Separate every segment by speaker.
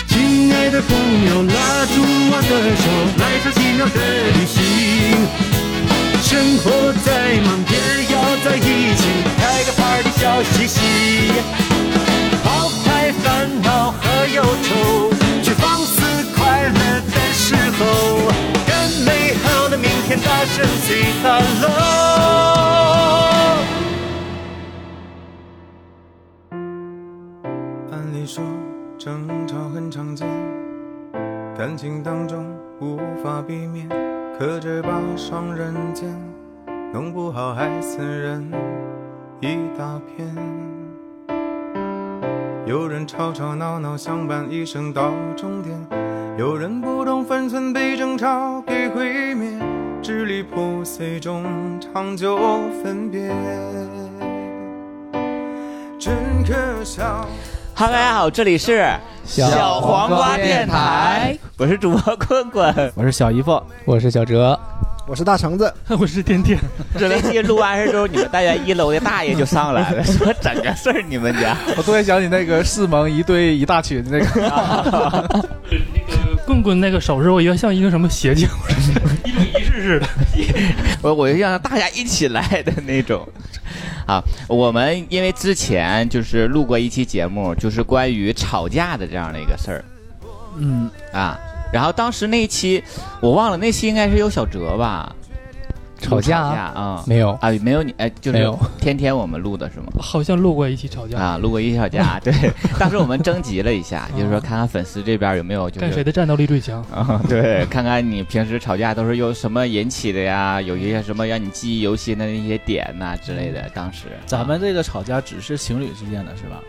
Speaker 1: 爱的朋友拉住我的手，来场奇妙的旅行。生活再忙也要在一起，开个 party 笑嘻嘻，抛开烦恼和忧愁，去放肆快乐的时候，跟美好的明天大声 say hello。
Speaker 2: 按理说，争吵很常见，感情当中无法避免。可这把伤人间，弄不好还损人一大片。有人吵吵闹闹相伴一生到终点，有人不懂分寸被争吵给毁灭，支离破碎中长久分别，真可笑。
Speaker 3: 哈喽，大家好，这里是
Speaker 4: 小黄瓜电台，
Speaker 3: 我是主播棍棍。
Speaker 4: 我是小姨夫，
Speaker 5: 我是小哲，
Speaker 6: 我是大橙子，
Speaker 4: 我是天天，
Speaker 3: 这期录完事之后，你们大院一楼的大爷就上来了，说整个事儿你们家。
Speaker 4: 我突然想起那个世盟一对一大群那个，
Speaker 7: 棍棍那个手势，我觉得像一个什么邪教，一种仪式似的。
Speaker 3: 我我就让大家一起来的那种。啊，我们因为之前就是录过一期节目，就是关于吵架的这样的一个事儿
Speaker 4: 嗯，
Speaker 3: 啊。然后当时那一期我忘了，那期应该是有小哲吧？
Speaker 5: 吵架
Speaker 3: 吵架啊、
Speaker 5: 没有，
Speaker 3: 啊，没有你哎，就
Speaker 5: 没
Speaker 3: 是
Speaker 5: 有
Speaker 3: 天天我们录的是吗？
Speaker 7: 好像录过一起吵架，
Speaker 3: 啊，录过一小架，
Speaker 4: 嗯
Speaker 3: 对，当时我们征集了一下，就是说看看粉丝这边有没有就
Speaker 7: 看谁
Speaker 3: 是
Speaker 7: 的战斗力最强。
Speaker 3: 啊，对，看看你平时吵架都是由什么引起的呀？有一些什么让你记忆犹新的那些点呐、之类的。当时
Speaker 4: 嗯
Speaker 3: 啊
Speaker 4: 咱们这个吵架只是情侣之间的是吧？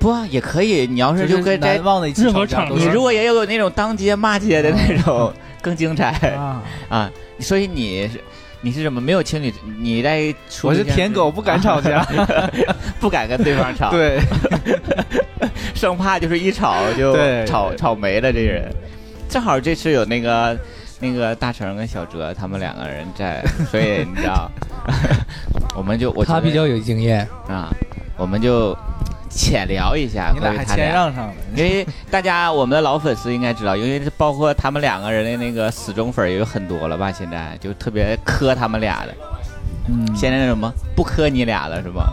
Speaker 3: 不啊也可以，你要是就
Speaker 4: 就
Speaker 3: 可以
Speaker 4: 是
Speaker 3: 在
Speaker 4: 难忘的一次
Speaker 7: 任何
Speaker 4: 吵架
Speaker 7: 场
Speaker 4: 都
Speaker 7: 合
Speaker 3: 你
Speaker 4: 是嗯
Speaker 3: 如果也有那种当街骂街的那种，更精彩
Speaker 4: 啊，
Speaker 3: 啊！所以你是你是什么？没有情侣，你在处
Speaker 4: 我
Speaker 3: 对
Speaker 4: 是
Speaker 3: 象之
Speaker 4: 舔狗，不敢吵架。
Speaker 3: 不敢跟对方吵，，
Speaker 4: 对，
Speaker 3: 生怕就是一吵就
Speaker 4: 对
Speaker 3: 吵吵没了这人。正好这次有那个那个大成跟小哲他们两个人在， 所以你知道， 我们就我觉
Speaker 5: 他
Speaker 3: 得
Speaker 5: 比较有经验，
Speaker 3: 啊，我们就浅聊一下
Speaker 4: 你俩
Speaker 3: 关于
Speaker 4: 还
Speaker 3: 他俩
Speaker 4: 谦。让上了。
Speaker 3: 因为大家我们的老粉丝应该知道，因为包括他们两个人的那个死忠粉也有很多了吧？现在就特别磕他们俩的，
Speaker 4: 嗯
Speaker 3: 现在那什么不磕你俩了是吧？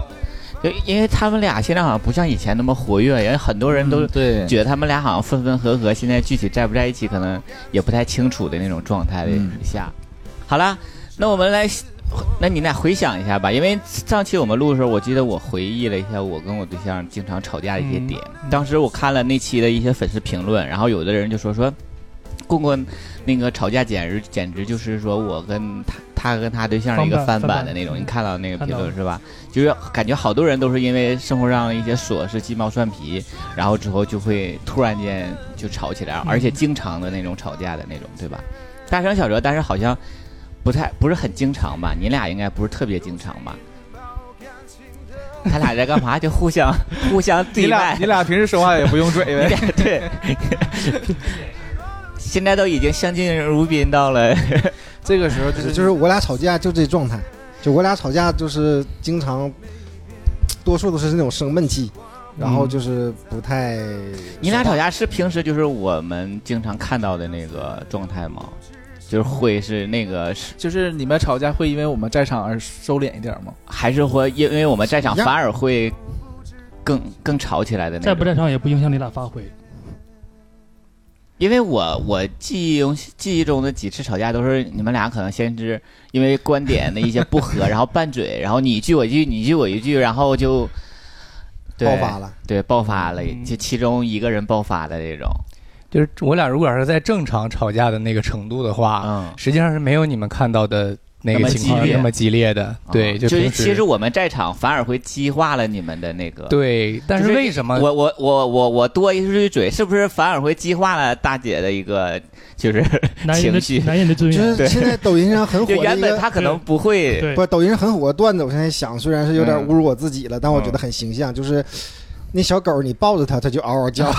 Speaker 3: 就因为他们俩现在好像不像以前那么活跃，因为很多人
Speaker 1: 嗯
Speaker 3: 都
Speaker 4: 嗯对
Speaker 3: 觉得他们俩好像分分合合，现在具体在不在一起可能也不太清楚的那种状态的
Speaker 4: 嗯
Speaker 3: 下。好了，那我们来，那你俩回想一下吧，因为上期我们录的时候，我记得我回忆了一下我跟我对象经常吵架的一些点。
Speaker 7: 嗯
Speaker 3: 当时我看了那期的一些粉丝评论，然后有的人就说说，棍棍那个吵架简直简直就是说我跟他他跟他对象的一个
Speaker 7: 翻
Speaker 3: 翻
Speaker 7: 版
Speaker 3: 版
Speaker 7: 翻版
Speaker 3: 的那种，你看到那个
Speaker 7: 看
Speaker 3: 评
Speaker 7: 到
Speaker 3: 论
Speaker 7: 了
Speaker 3: 是吧？就是感觉好多人都是因为生活上的一些琐事鸡毛蒜皮，然后之后就会突然间就吵起来，
Speaker 7: 嗯
Speaker 3: 而且经常的那种吵架的那种，对吧？大声小舌，但是好像不太不是很经常吧？你俩应该不是特别经常吧？他俩在干嘛？就互 相互相
Speaker 4: 你
Speaker 3: 对
Speaker 4: 俩
Speaker 3: 麦，
Speaker 4: 你，俩平时说话也不用嘴呗
Speaker 3: 对。现在都已经相敬如宾到了，
Speaker 4: 这个时候
Speaker 6: 就
Speaker 4: 就是是
Speaker 6: 就是我俩吵架就这状态，就我俩吵架就是经常，多数都是那种生闷气，
Speaker 4: 嗯
Speaker 6: 然后就是不太。
Speaker 3: 你俩吵架是平时就是我们经常看到的那个状态吗？就是会是那个是
Speaker 4: 就是你们吵架会因为我们在场而收敛一点吗？
Speaker 3: 还是会因为我们在场
Speaker 6: 一样
Speaker 3: 反而会更更吵起来的那
Speaker 7: 在
Speaker 3: 种。
Speaker 7: 不在场也不影响你俩发挥。
Speaker 3: 因为我我记忆中记忆中的几次吵架都是你们俩可能先是因为观点的一些不 合，然后拌嘴，然后你一句我一句，你一句我一句，然后就对
Speaker 6: 爆发了，
Speaker 3: 对爆发了，
Speaker 7: 嗯
Speaker 3: 就其中一个人爆发的这种。
Speaker 5: 就是我俩如果要是在正常吵架的那个程度的话，
Speaker 4: 啊
Speaker 3: 嗯，
Speaker 5: 实际上是没有你们看到的那个情
Speaker 3: 那么
Speaker 5: 况
Speaker 3: 激烈
Speaker 5: 那么激烈的，
Speaker 4: 啊
Speaker 5: 对，
Speaker 3: 啊就
Speaker 5: 就是平
Speaker 3: 其实
Speaker 5: 时
Speaker 3: 我们在场反而会激化了你们的那个。
Speaker 5: 对，但是
Speaker 3: 就是
Speaker 5: 为什么
Speaker 3: 我我我我我多一句嘴，是不是反而会激化了大姐的一个就是
Speaker 7: 男人
Speaker 3: 情绪
Speaker 7: 的男人的尊
Speaker 6: 就
Speaker 7: 严，
Speaker 6: 是现在抖音上很火
Speaker 3: 就
Speaker 6: 的
Speaker 3: 原
Speaker 6: 一
Speaker 3: 本
Speaker 6: 个，
Speaker 3: 她可能不会
Speaker 7: 对
Speaker 6: 不，抖音上很火的段子，我现在想虽然是有点侮辱我自己了，但我觉得很形象，就是那小狗你抱着它，它就嗷嗷叫，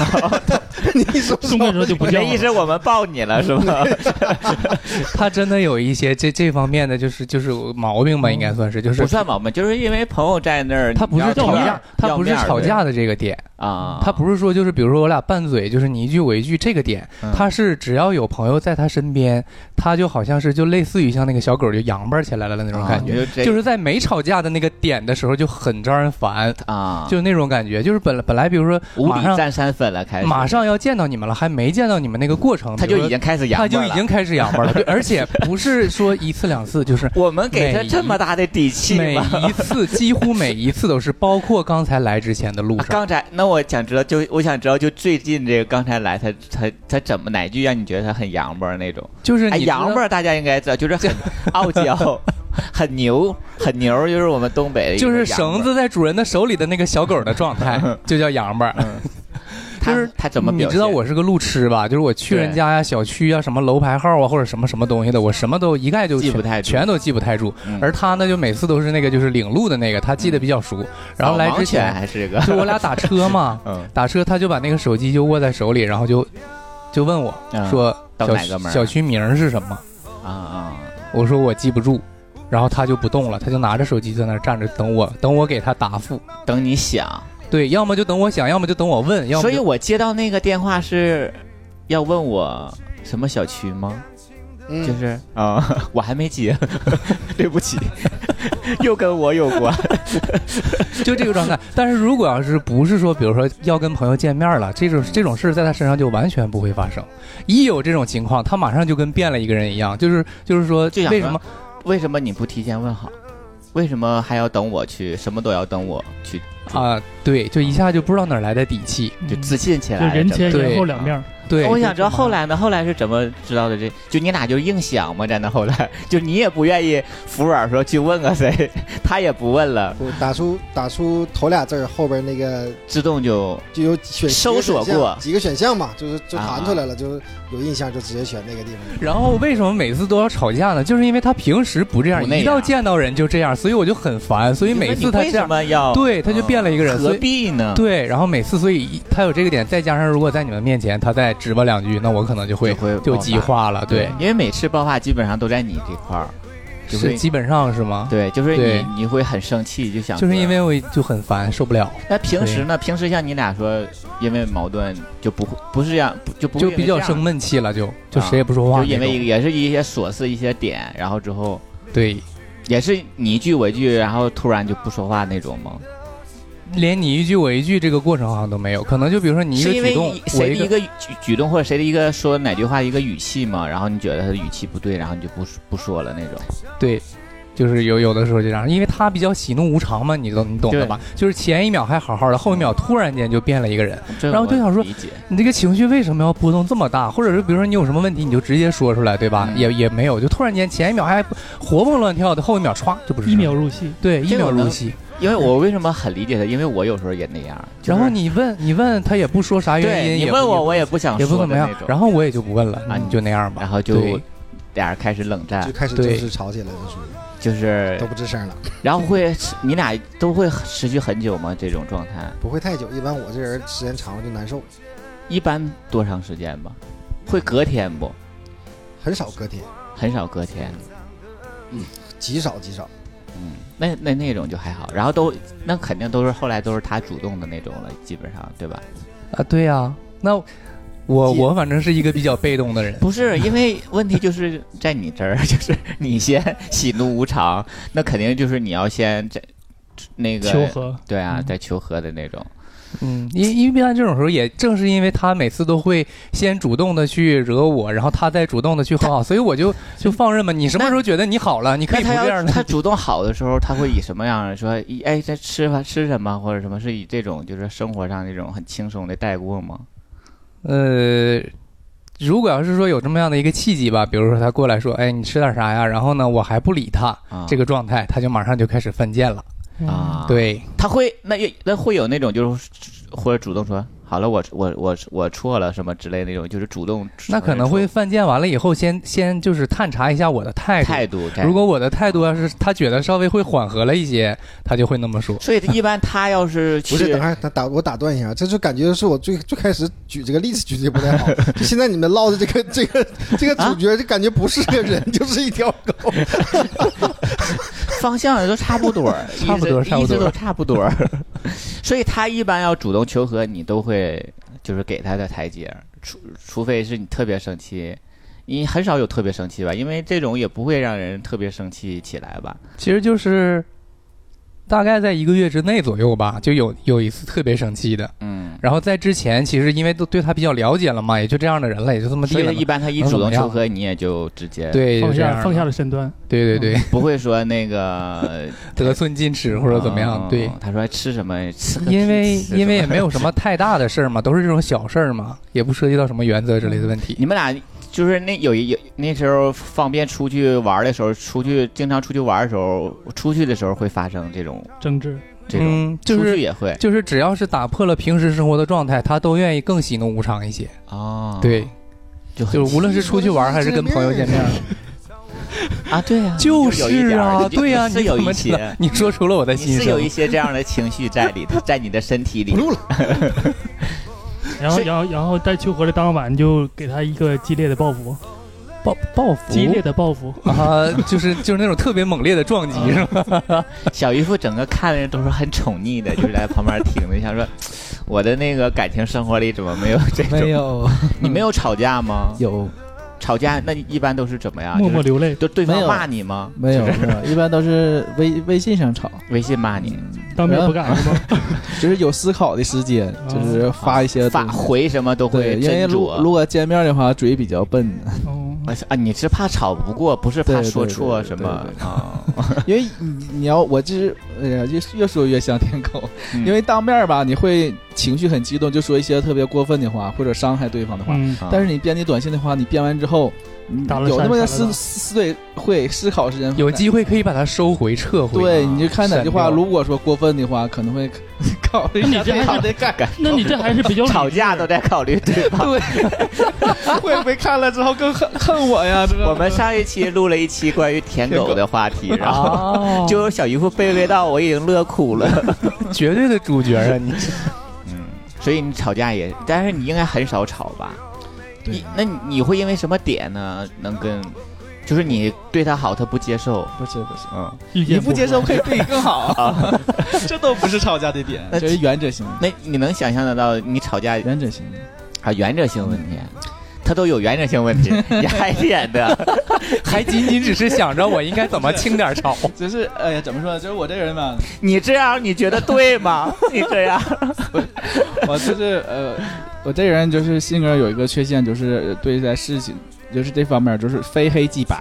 Speaker 6: 你一手
Speaker 7: 松开之后就不叫
Speaker 3: 这
Speaker 7: 了。
Speaker 3: 意思我们抱你 了是吧？
Speaker 5: 他真的有一些这这方面的，就是就是毛病吧，应该算
Speaker 4: 嗯
Speaker 5: 是，就是
Speaker 3: 不算毛病，就是因为朋友在那儿，
Speaker 5: 他不是
Speaker 3: 你要
Speaker 5: 吵
Speaker 3: 面
Speaker 5: 架
Speaker 3: 儿，
Speaker 5: 他不是
Speaker 3: 要面儿
Speaker 5: 吵架的这个点，
Speaker 3: 对啊，
Speaker 5: 他不是说就是比如说我俩拌嘴，就是你一句我一句这个点，
Speaker 3: 嗯
Speaker 5: 他是只要有朋友在他身边，他就好像是就类似于像那个小狗就扬巴起来了那种感觉，
Speaker 3: 啊就
Speaker 5: 就是是在没吵架的那个点的时候就很招人烦，
Speaker 3: 啊，
Speaker 5: 就那种感觉，就是本来本来比如说
Speaker 3: 无
Speaker 5: 马
Speaker 3: 理
Speaker 5: 上
Speaker 3: 占三分了，开始
Speaker 5: 马上要见到你们了，还没见到你们那个过程，
Speaker 3: 他
Speaker 5: 比如
Speaker 3: 就
Speaker 5: 说
Speaker 3: 已经开始
Speaker 5: 他
Speaker 3: 扬
Speaker 5: 就
Speaker 3: 巴
Speaker 5: 已
Speaker 3: 了。
Speaker 5: 经开始扬巴 了，对而且不是说一次两次，就是
Speaker 3: 我们给他这么大的底气
Speaker 5: 每
Speaker 3: 吗？
Speaker 5: 一次几乎每一次都是，包括刚才来之前的路
Speaker 3: 啊
Speaker 5: 上，
Speaker 3: 刚才那我想知道，就我想知道，就最近这个刚才来他他他怎么哪句让你觉得他很洋巴儿那种？
Speaker 5: 就是
Speaker 3: 哎，
Speaker 5: 你知道
Speaker 3: 洋巴儿大家应该知道，就是很傲 娇、很牛、很牛儿，就是我们东北的一个
Speaker 5: 就是
Speaker 3: 洋巴儿
Speaker 5: 绳子在主人的手里的那个小狗的状 态，就叫羊巴儿。
Speaker 3: 他
Speaker 5: 就是
Speaker 3: 嗯他怎么
Speaker 5: 你
Speaker 3: 表现？
Speaker 5: 知道我是个路痴吧？就是我去
Speaker 3: 对
Speaker 5: 人家呀、小区呀、什么楼牌号啊，或者什么什么东西的，我什么都一概就
Speaker 3: 记
Speaker 5: 全
Speaker 3: 不太住
Speaker 5: 全都记不太住。
Speaker 3: 嗯
Speaker 5: 而他呢，就每次都是那个就是领路的那个，他记得比较熟。然后来
Speaker 3: 导盲
Speaker 5: 之
Speaker 3: 犬
Speaker 5: 前，
Speaker 3: 还是个，
Speaker 5: 就我俩打车嘛
Speaker 3: 嗯
Speaker 5: 打车他就把那个手机就握在手里，然后就就问我
Speaker 3: 嗯
Speaker 5: 说
Speaker 3: 到
Speaker 5: 小
Speaker 3: 哪个门儿
Speaker 5: 小区名儿是什么？
Speaker 3: 啊啊
Speaker 5: 我说我记不住，然后他就不动了，他就拿着手机在那儿站着等我，等我给他答复。
Speaker 3: 等你想，
Speaker 5: 对，要么就等我想，要么就等我问，要么
Speaker 3: 所以
Speaker 5: 就
Speaker 3: 我接到那个电话是要问我什么小区吗？就
Speaker 6: 嗯，
Speaker 3: 是啊、我还没接， 对不起， 又跟我有关。
Speaker 5: 就这个状态。但是如果要是不是说，比如说要跟朋友见面了，这种这种事在他身上就完全不会发生。一有这种情况，他马上就跟变了一个人一样，就是就是说
Speaker 3: 就，想
Speaker 5: 为什么？
Speaker 3: 为什么你不提前问好？为什么还要等我去？什么都要等我去，
Speaker 5: 啊、对，就一下就不知道哪儿来的底气。
Speaker 3: 就
Speaker 7: 嗯
Speaker 3: 自信起来
Speaker 7: 就
Speaker 3: 了。
Speaker 7: 人前
Speaker 3: 整个
Speaker 5: 对
Speaker 7: 人后两面。儿，
Speaker 5: 对，
Speaker 3: 我
Speaker 5: 就
Speaker 3: 想知道
Speaker 5: 这么
Speaker 3: 后来呢？后来是怎么知道的这？就你俩就硬想嘛，在那后来，就你也不愿意服软说去问个谁，他也不问了，
Speaker 6: 我打出打出头俩字儿，后边那个
Speaker 3: 自动就
Speaker 6: 就有选
Speaker 3: 搜索过
Speaker 6: 几个选项嘛，就是就
Speaker 3: 啊
Speaker 6: 弹出来了，就是有印象就直接选那个地方。
Speaker 5: 然后为什么每次都要吵架呢？就是因为他平时不这样，
Speaker 3: 不那样
Speaker 5: 一到见到人就这样，所以我就很烦。所以每次他
Speaker 3: 为
Speaker 5: 这
Speaker 3: 什
Speaker 5: 样，
Speaker 3: 么要
Speaker 5: 对，他就变了一个人。所
Speaker 3: 何
Speaker 5: 以
Speaker 3: 必啊呢？
Speaker 5: 对，然后每次所以一他有这个点，再加上如果在你们面前他再直巴两句，那我可能就会
Speaker 3: 就会
Speaker 5: 就激化了。对，
Speaker 3: 因为每次爆发基本上都在你这块儿，就是会
Speaker 5: 基本上是吗？
Speaker 3: 对，就是
Speaker 5: 对
Speaker 3: 你你会很生气，就想
Speaker 5: 就是因
Speaker 3: 说
Speaker 5: 为我就很烦，受不了，
Speaker 3: 那平时呢？平时像你俩说，因为矛盾就不会不是这样，不就不会
Speaker 5: 就
Speaker 3: 因为
Speaker 5: 比较
Speaker 3: 这样
Speaker 5: 生，闷气了，就就
Speaker 3: 啊
Speaker 5: 谁也不说话
Speaker 3: 就
Speaker 5: 那种。
Speaker 3: 因为一个也是一些琐事一些点，然后之后
Speaker 5: 对，
Speaker 3: 也是你一句我一句，然后突然就不说话那种吗？
Speaker 5: 连你一句我一句这个过程好像都没有，可能就比如说你一
Speaker 3: 是
Speaker 5: 个
Speaker 3: 因为
Speaker 5: 举动
Speaker 3: 你，
Speaker 5: 我
Speaker 3: 谁
Speaker 5: 一
Speaker 3: 的
Speaker 5: 个
Speaker 3: 一个举举动或者谁的一个说哪句话一个语气嘛，然后你觉得他的语气不对，然后你就不不说了那种。
Speaker 5: 对，就是有有的时候就这样，因为他比较喜怒无常嘛，你懂你懂的吧？就是前一秒还好好的，后一秒突然间就变了一个人。
Speaker 3: 这
Speaker 5: 然后就
Speaker 3: 我
Speaker 5: 想说
Speaker 3: 理解
Speaker 5: 你这个情绪为什么要波动这么大？或者是比如说你有什么问题，你就直接说出来，对吧？
Speaker 3: 嗯
Speaker 5: 也也没有，就突然间前一秒还活蹦乱跳的，后一秒歘就不是
Speaker 7: 一秒入戏，
Speaker 5: 对一
Speaker 3: 这个
Speaker 5: 秒
Speaker 3: 我
Speaker 5: 入
Speaker 3: 能
Speaker 5: 戏。
Speaker 3: 因为我为什么很理解他，因为我有时候也那样。就是
Speaker 5: 然后你问你问他也不说啥 原
Speaker 3: 对
Speaker 5: 因，
Speaker 3: 你
Speaker 5: 也
Speaker 3: 问
Speaker 5: 不
Speaker 3: 我，我也不想
Speaker 5: 也不
Speaker 3: 说
Speaker 5: 怎么
Speaker 3: 的
Speaker 5: 样
Speaker 3: 那，种。
Speaker 5: 然后我也就不问了，
Speaker 3: 啊
Speaker 5: 你就那样吧。
Speaker 3: 然后就
Speaker 5: 对
Speaker 3: 俩人开始冷战
Speaker 6: 就，开始正
Speaker 5: 对
Speaker 6: 式吵起来，就属于
Speaker 3: 就是
Speaker 6: 都不吱声了，
Speaker 3: 然后会你俩都会持续很久吗？这种状态
Speaker 6: 不会太久。一般我这人时间长了就难受，
Speaker 3: 一般多长时间吧？会隔天不？
Speaker 6: 很少隔天，
Speaker 3: 很少隔天。
Speaker 6: 极少极少。
Speaker 3: 嗯，那那那种就还好，然后都那肯定都是后来都是他主动的那种了，基本上对吧？
Speaker 5: 啊，对呀、那我
Speaker 6: 姐
Speaker 5: 我反正是一个比较被动的人。
Speaker 3: 不是，因为问题就是在你这儿，就是你先喜怒无常，那肯定就是你要先在那个
Speaker 7: 求和。
Speaker 3: 对啊，
Speaker 7: 嗯
Speaker 3: 在求和的那种。
Speaker 5: 嗯，因因为一般这种时候，也正是因为他每次都会先主动的去惹我，然后他再主动的去和好，所以我就就放任吧。你什么时候觉得你好了，你可
Speaker 3: 那
Speaker 5: 以不
Speaker 3: 他
Speaker 5: 这
Speaker 3: 要
Speaker 5: 样的。
Speaker 3: 他主动好的时候，他会以什么样的说？一哎，在吃饭吃什么或者什么？是以这种就是生活上这种很轻松的带过吗？
Speaker 5: 呃，如果要是说有这么样的一个契机吧，比如说他过来说，哎，你吃点啥呀？然后呢，我还不理他，
Speaker 3: 啊，
Speaker 5: 这个状态他就马上就开始犯贱了。
Speaker 7: 嗯
Speaker 3: 啊，，
Speaker 5: 对，
Speaker 3: 他会那也那会有那种就是或者主动说好了，我我我我错了什么之类的那种，就是主动承认错。
Speaker 5: 那可能会犯贱，完了以后先先就是探查一下我的态度。
Speaker 3: 态度。对
Speaker 5: 如果我的态度要是他觉得稍微会缓和了一些，他就会那么说。
Speaker 3: 所以一般他要是去
Speaker 6: 不是，等会儿他打我打断一下，这就感觉是我最最开始举这个例子举的也不太好。 就现在你们唠的这个 这个这个
Speaker 5: 啊
Speaker 6: 主角，就感觉不是个人，就是一条狗。
Speaker 3: 方向都差不 多儿，
Speaker 5: 差不多
Speaker 3: 一
Speaker 5: 儿
Speaker 3: 直
Speaker 5: 差
Speaker 3: 一
Speaker 5: 不多儿
Speaker 3: 直都差不多 儿。所以他一般要主动求和，你都会就是给他的台阶儿，除除非是你特别生气，你很少有特别生气吧，因为这种也不会让人特别生气起来吧。
Speaker 5: 其实就是大概在一个月之内左右吧，就有有一次特别生气的。
Speaker 3: 嗯，
Speaker 5: 然后在之前，其实因为都对他比较了解了嘛，也就这样的人了，也就这么
Speaker 3: 所
Speaker 5: 地
Speaker 3: 以
Speaker 5: 了
Speaker 3: 一
Speaker 5: 嘛。
Speaker 3: 般他一主动求和，你也就直接，
Speaker 5: 对，就
Speaker 7: 放
Speaker 5: 这样
Speaker 7: 下放下嗯
Speaker 5: 了。
Speaker 7: 了身段，
Speaker 5: 对对对，
Speaker 3: 不会说那个
Speaker 5: 得寸进尺 或者怎么样
Speaker 3: 嗯。
Speaker 5: 对，
Speaker 3: 他说吃什么吃个屁，
Speaker 5: 因为
Speaker 3: 吃什么
Speaker 5: 因为也没有什么太大的事儿嘛，都是这种小事儿嘛，也不涉及到什么原则之类的问题。
Speaker 3: 你们俩就是那有一有那时候方便出去玩的时候，出去经常出去玩的时候，出去的时候会发生这种
Speaker 7: 争执。
Speaker 3: 这种，
Speaker 5: 嗯，就
Speaker 3: 出去
Speaker 5: 是
Speaker 3: 也会
Speaker 5: 就是只要是打破了平时生活的状态，他都愿意更喜怒无常一些。
Speaker 3: 哦，
Speaker 5: 对，
Speaker 3: 就很
Speaker 5: 啊就是无论是出去玩还是跟朋友见 面，
Speaker 3: 啊，对呀、啊，
Speaker 5: 就是
Speaker 3: 有一点
Speaker 5: 啊，
Speaker 3: 儿
Speaker 5: 对呀，
Speaker 3: 是
Speaker 5: 你
Speaker 3: 有
Speaker 5: 怎
Speaker 3: 一
Speaker 5: 么知道
Speaker 3: 些，
Speaker 5: 你说出了我的
Speaker 3: 你
Speaker 5: 心
Speaker 3: 是有
Speaker 5: 声
Speaker 3: 一。些这样的情绪在里 头，在你的身体里
Speaker 6: 不。录了，
Speaker 7: 然后
Speaker 3: 是
Speaker 7: 然后然后在求和的当晚，你就给他一个激烈的报复，
Speaker 5: 报报复
Speaker 7: 激烈的报复。
Speaker 5: 啊，就是就是那种特别猛烈的撞击
Speaker 3: 嗯
Speaker 5: 是吧？
Speaker 3: 小姨夫整个看的人都是很宠溺的，就是在旁边听着，想说我的那个感情生活里怎 么没有这种？
Speaker 4: 有
Speaker 3: 你没有吵架吗？
Speaker 4: 有
Speaker 3: 吵架那一般都是怎么样？啊就
Speaker 7: 默
Speaker 3: 是
Speaker 7: 默流泪。
Speaker 3: 就对
Speaker 4: 没
Speaker 3: 方
Speaker 4: 有
Speaker 3: 骂你吗？
Speaker 4: 没有没有，一般都是微微信上吵，
Speaker 3: 微信骂你，
Speaker 7: 当面不干是吧？啊
Speaker 4: 就是有思考的时间，就是发一些
Speaker 3: 发
Speaker 4: 东西。
Speaker 3: 回什么都
Speaker 4: 对，
Speaker 3: 会
Speaker 4: 因为
Speaker 3: 斟
Speaker 4: 如如
Speaker 3: 酌。
Speaker 4: 果见面的话，嘴比较笨，
Speaker 7: 哦，
Speaker 3: 而且啊，你是怕吵不过，不是怕
Speaker 4: 对对
Speaker 3: 说
Speaker 4: 对
Speaker 3: 错
Speaker 4: 对
Speaker 3: 什
Speaker 4: 对
Speaker 3: 么啊？
Speaker 4: 因为你你要我就是，哎呀，越越说越像舔狗，
Speaker 3: 嗯
Speaker 4: 因为当面吧，你会情绪很激动，就说一些特别过分的话，或者伤害对方的话。
Speaker 7: 嗯，
Speaker 3: 啊
Speaker 4: 但是你编辑短信的话，你编完之后，你
Speaker 7: 打了
Speaker 4: 有那么
Speaker 7: 删
Speaker 4: 个
Speaker 7: 删了
Speaker 4: 思
Speaker 7: 吧
Speaker 4: 思思维会思考时 间，
Speaker 5: 有机会可以把它收回撤回。
Speaker 4: 对，
Speaker 3: 啊
Speaker 4: 你就看哪句话，
Speaker 5: 删掉
Speaker 4: 如果说过分的话，可能会考虑
Speaker 7: 你这还
Speaker 4: 得改，
Speaker 7: 那你这还是比较理
Speaker 3: 吵架都在考虑对方。
Speaker 4: 会不会看了之后更恨恨我呀？这
Speaker 3: 我们上一期录了一期关于舔狗的话 题，然
Speaker 4: 哦
Speaker 3: 后
Speaker 5: 啊，
Speaker 3: 就有小姨夫卑微到我已经乐哭了。
Speaker 5: 绝对的主角啊！你
Speaker 3: 嗯，所以你吵架也，但是你应该很少吵吧？
Speaker 4: 对
Speaker 3: 你那你你会因为什么点呢？能跟就是你对他好，他不接受，
Speaker 4: 不是不是，
Speaker 3: 嗯，
Speaker 7: 意
Speaker 4: 你
Speaker 7: 见
Speaker 4: 不接受会对你更好，这都不是吵架的点，
Speaker 3: 那
Speaker 4: 嗯这是原则性的，
Speaker 3: 那你能想象得到你吵架
Speaker 4: 原则性的。
Speaker 3: 啊，原则性问题，他都有原则性问 题，你还演的，
Speaker 5: 还仅仅只是想着我应该怎么轻点吵。
Speaker 4: 就是哎呀，
Speaker 2: 呃
Speaker 4: 怎么说呢？就是我这人吧，
Speaker 3: 你这样你觉得对 吗？你这样，
Speaker 4: 我就是呃，我这人就是性格有一个缺陷，就是呃对待事情就是这方面就是非黑即白，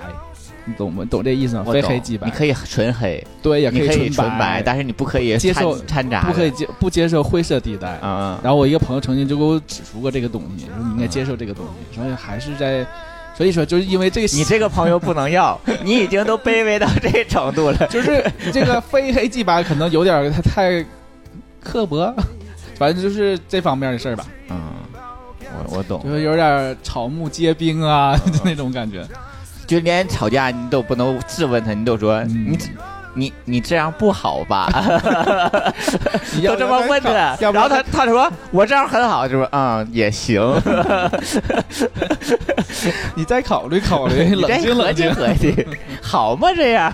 Speaker 4: 你懂吗？懂这意思吗？
Speaker 3: 我
Speaker 4: 非
Speaker 3: 懂
Speaker 4: 黑即白
Speaker 3: 你，可以纯黑，
Speaker 4: 对，也
Speaker 3: 你可以
Speaker 4: 纯
Speaker 3: 纯白，但是你不可以
Speaker 4: 接
Speaker 3: 掺
Speaker 4: 受
Speaker 3: 掺杂的，
Speaker 4: 不可以接不接受灰色地带。
Speaker 3: 嗯，嗯
Speaker 4: 然后我一个朋友曾经就给我指出过这个东西，说你应该接受这个东西，所以还是在，所以说就是因为这个
Speaker 3: 你这个朋友不能要， 你已经都卑微到这程度了。
Speaker 4: 就是这个非黑即白，可能有点儿太刻薄，反正就是这方面的事儿吧，
Speaker 3: 嗯，我我懂
Speaker 4: 就，是有点儿草木皆兵啊、 那种感觉。
Speaker 3: 就连吵架你都不能质问他，你都说
Speaker 4: 嗯
Speaker 3: 你你你这样不好吧？都这么问的，
Speaker 4: 要
Speaker 3: 然后
Speaker 4: 不然
Speaker 3: 他他说我这样很好，就说嗯也行，
Speaker 4: 你再考虑考虑，
Speaker 3: 你
Speaker 4: 冷
Speaker 3: 这
Speaker 4: 静
Speaker 3: 合
Speaker 4: 冷
Speaker 3: 计
Speaker 4: 静。
Speaker 3: 合计，好吗？这样，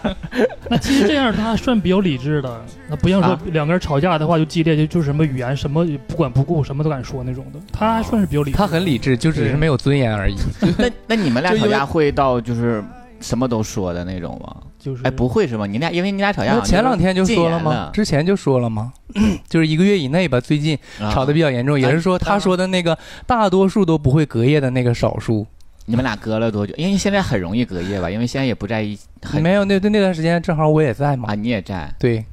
Speaker 7: 那其实这样他算比较理智的，那不像说
Speaker 3: 啊
Speaker 7: 两个人吵架的话就激烈，就就是什么语言什么也不管不顾，什么都敢说那种的，他还算是比较理智。
Speaker 5: 他很理智，就只是没有尊严而已。
Speaker 3: 那那你们俩
Speaker 4: 就因
Speaker 3: 吵
Speaker 4: 为
Speaker 3: 架会到就是什么都说的那种吗？
Speaker 7: 就是
Speaker 3: 哎，不会是吗？你俩因为你俩吵架
Speaker 5: 那
Speaker 3: 好像
Speaker 5: 前两天就说了
Speaker 3: 禁言
Speaker 5: 吗
Speaker 3: 了？
Speaker 5: 之前就说了吗？ 就是一个月以内吧。最近
Speaker 3: 啊哎嗯
Speaker 5: 吵得比较严重，也是说
Speaker 3: 当然
Speaker 5: 他说的那个大多数都不会隔夜的那个少数，
Speaker 3: 你们俩隔了多久？因为现在很容易隔夜吧，因为现在也不在一很
Speaker 5: 没有那那那段时间正好我也在嘛
Speaker 3: 啊，，你也在
Speaker 5: 对，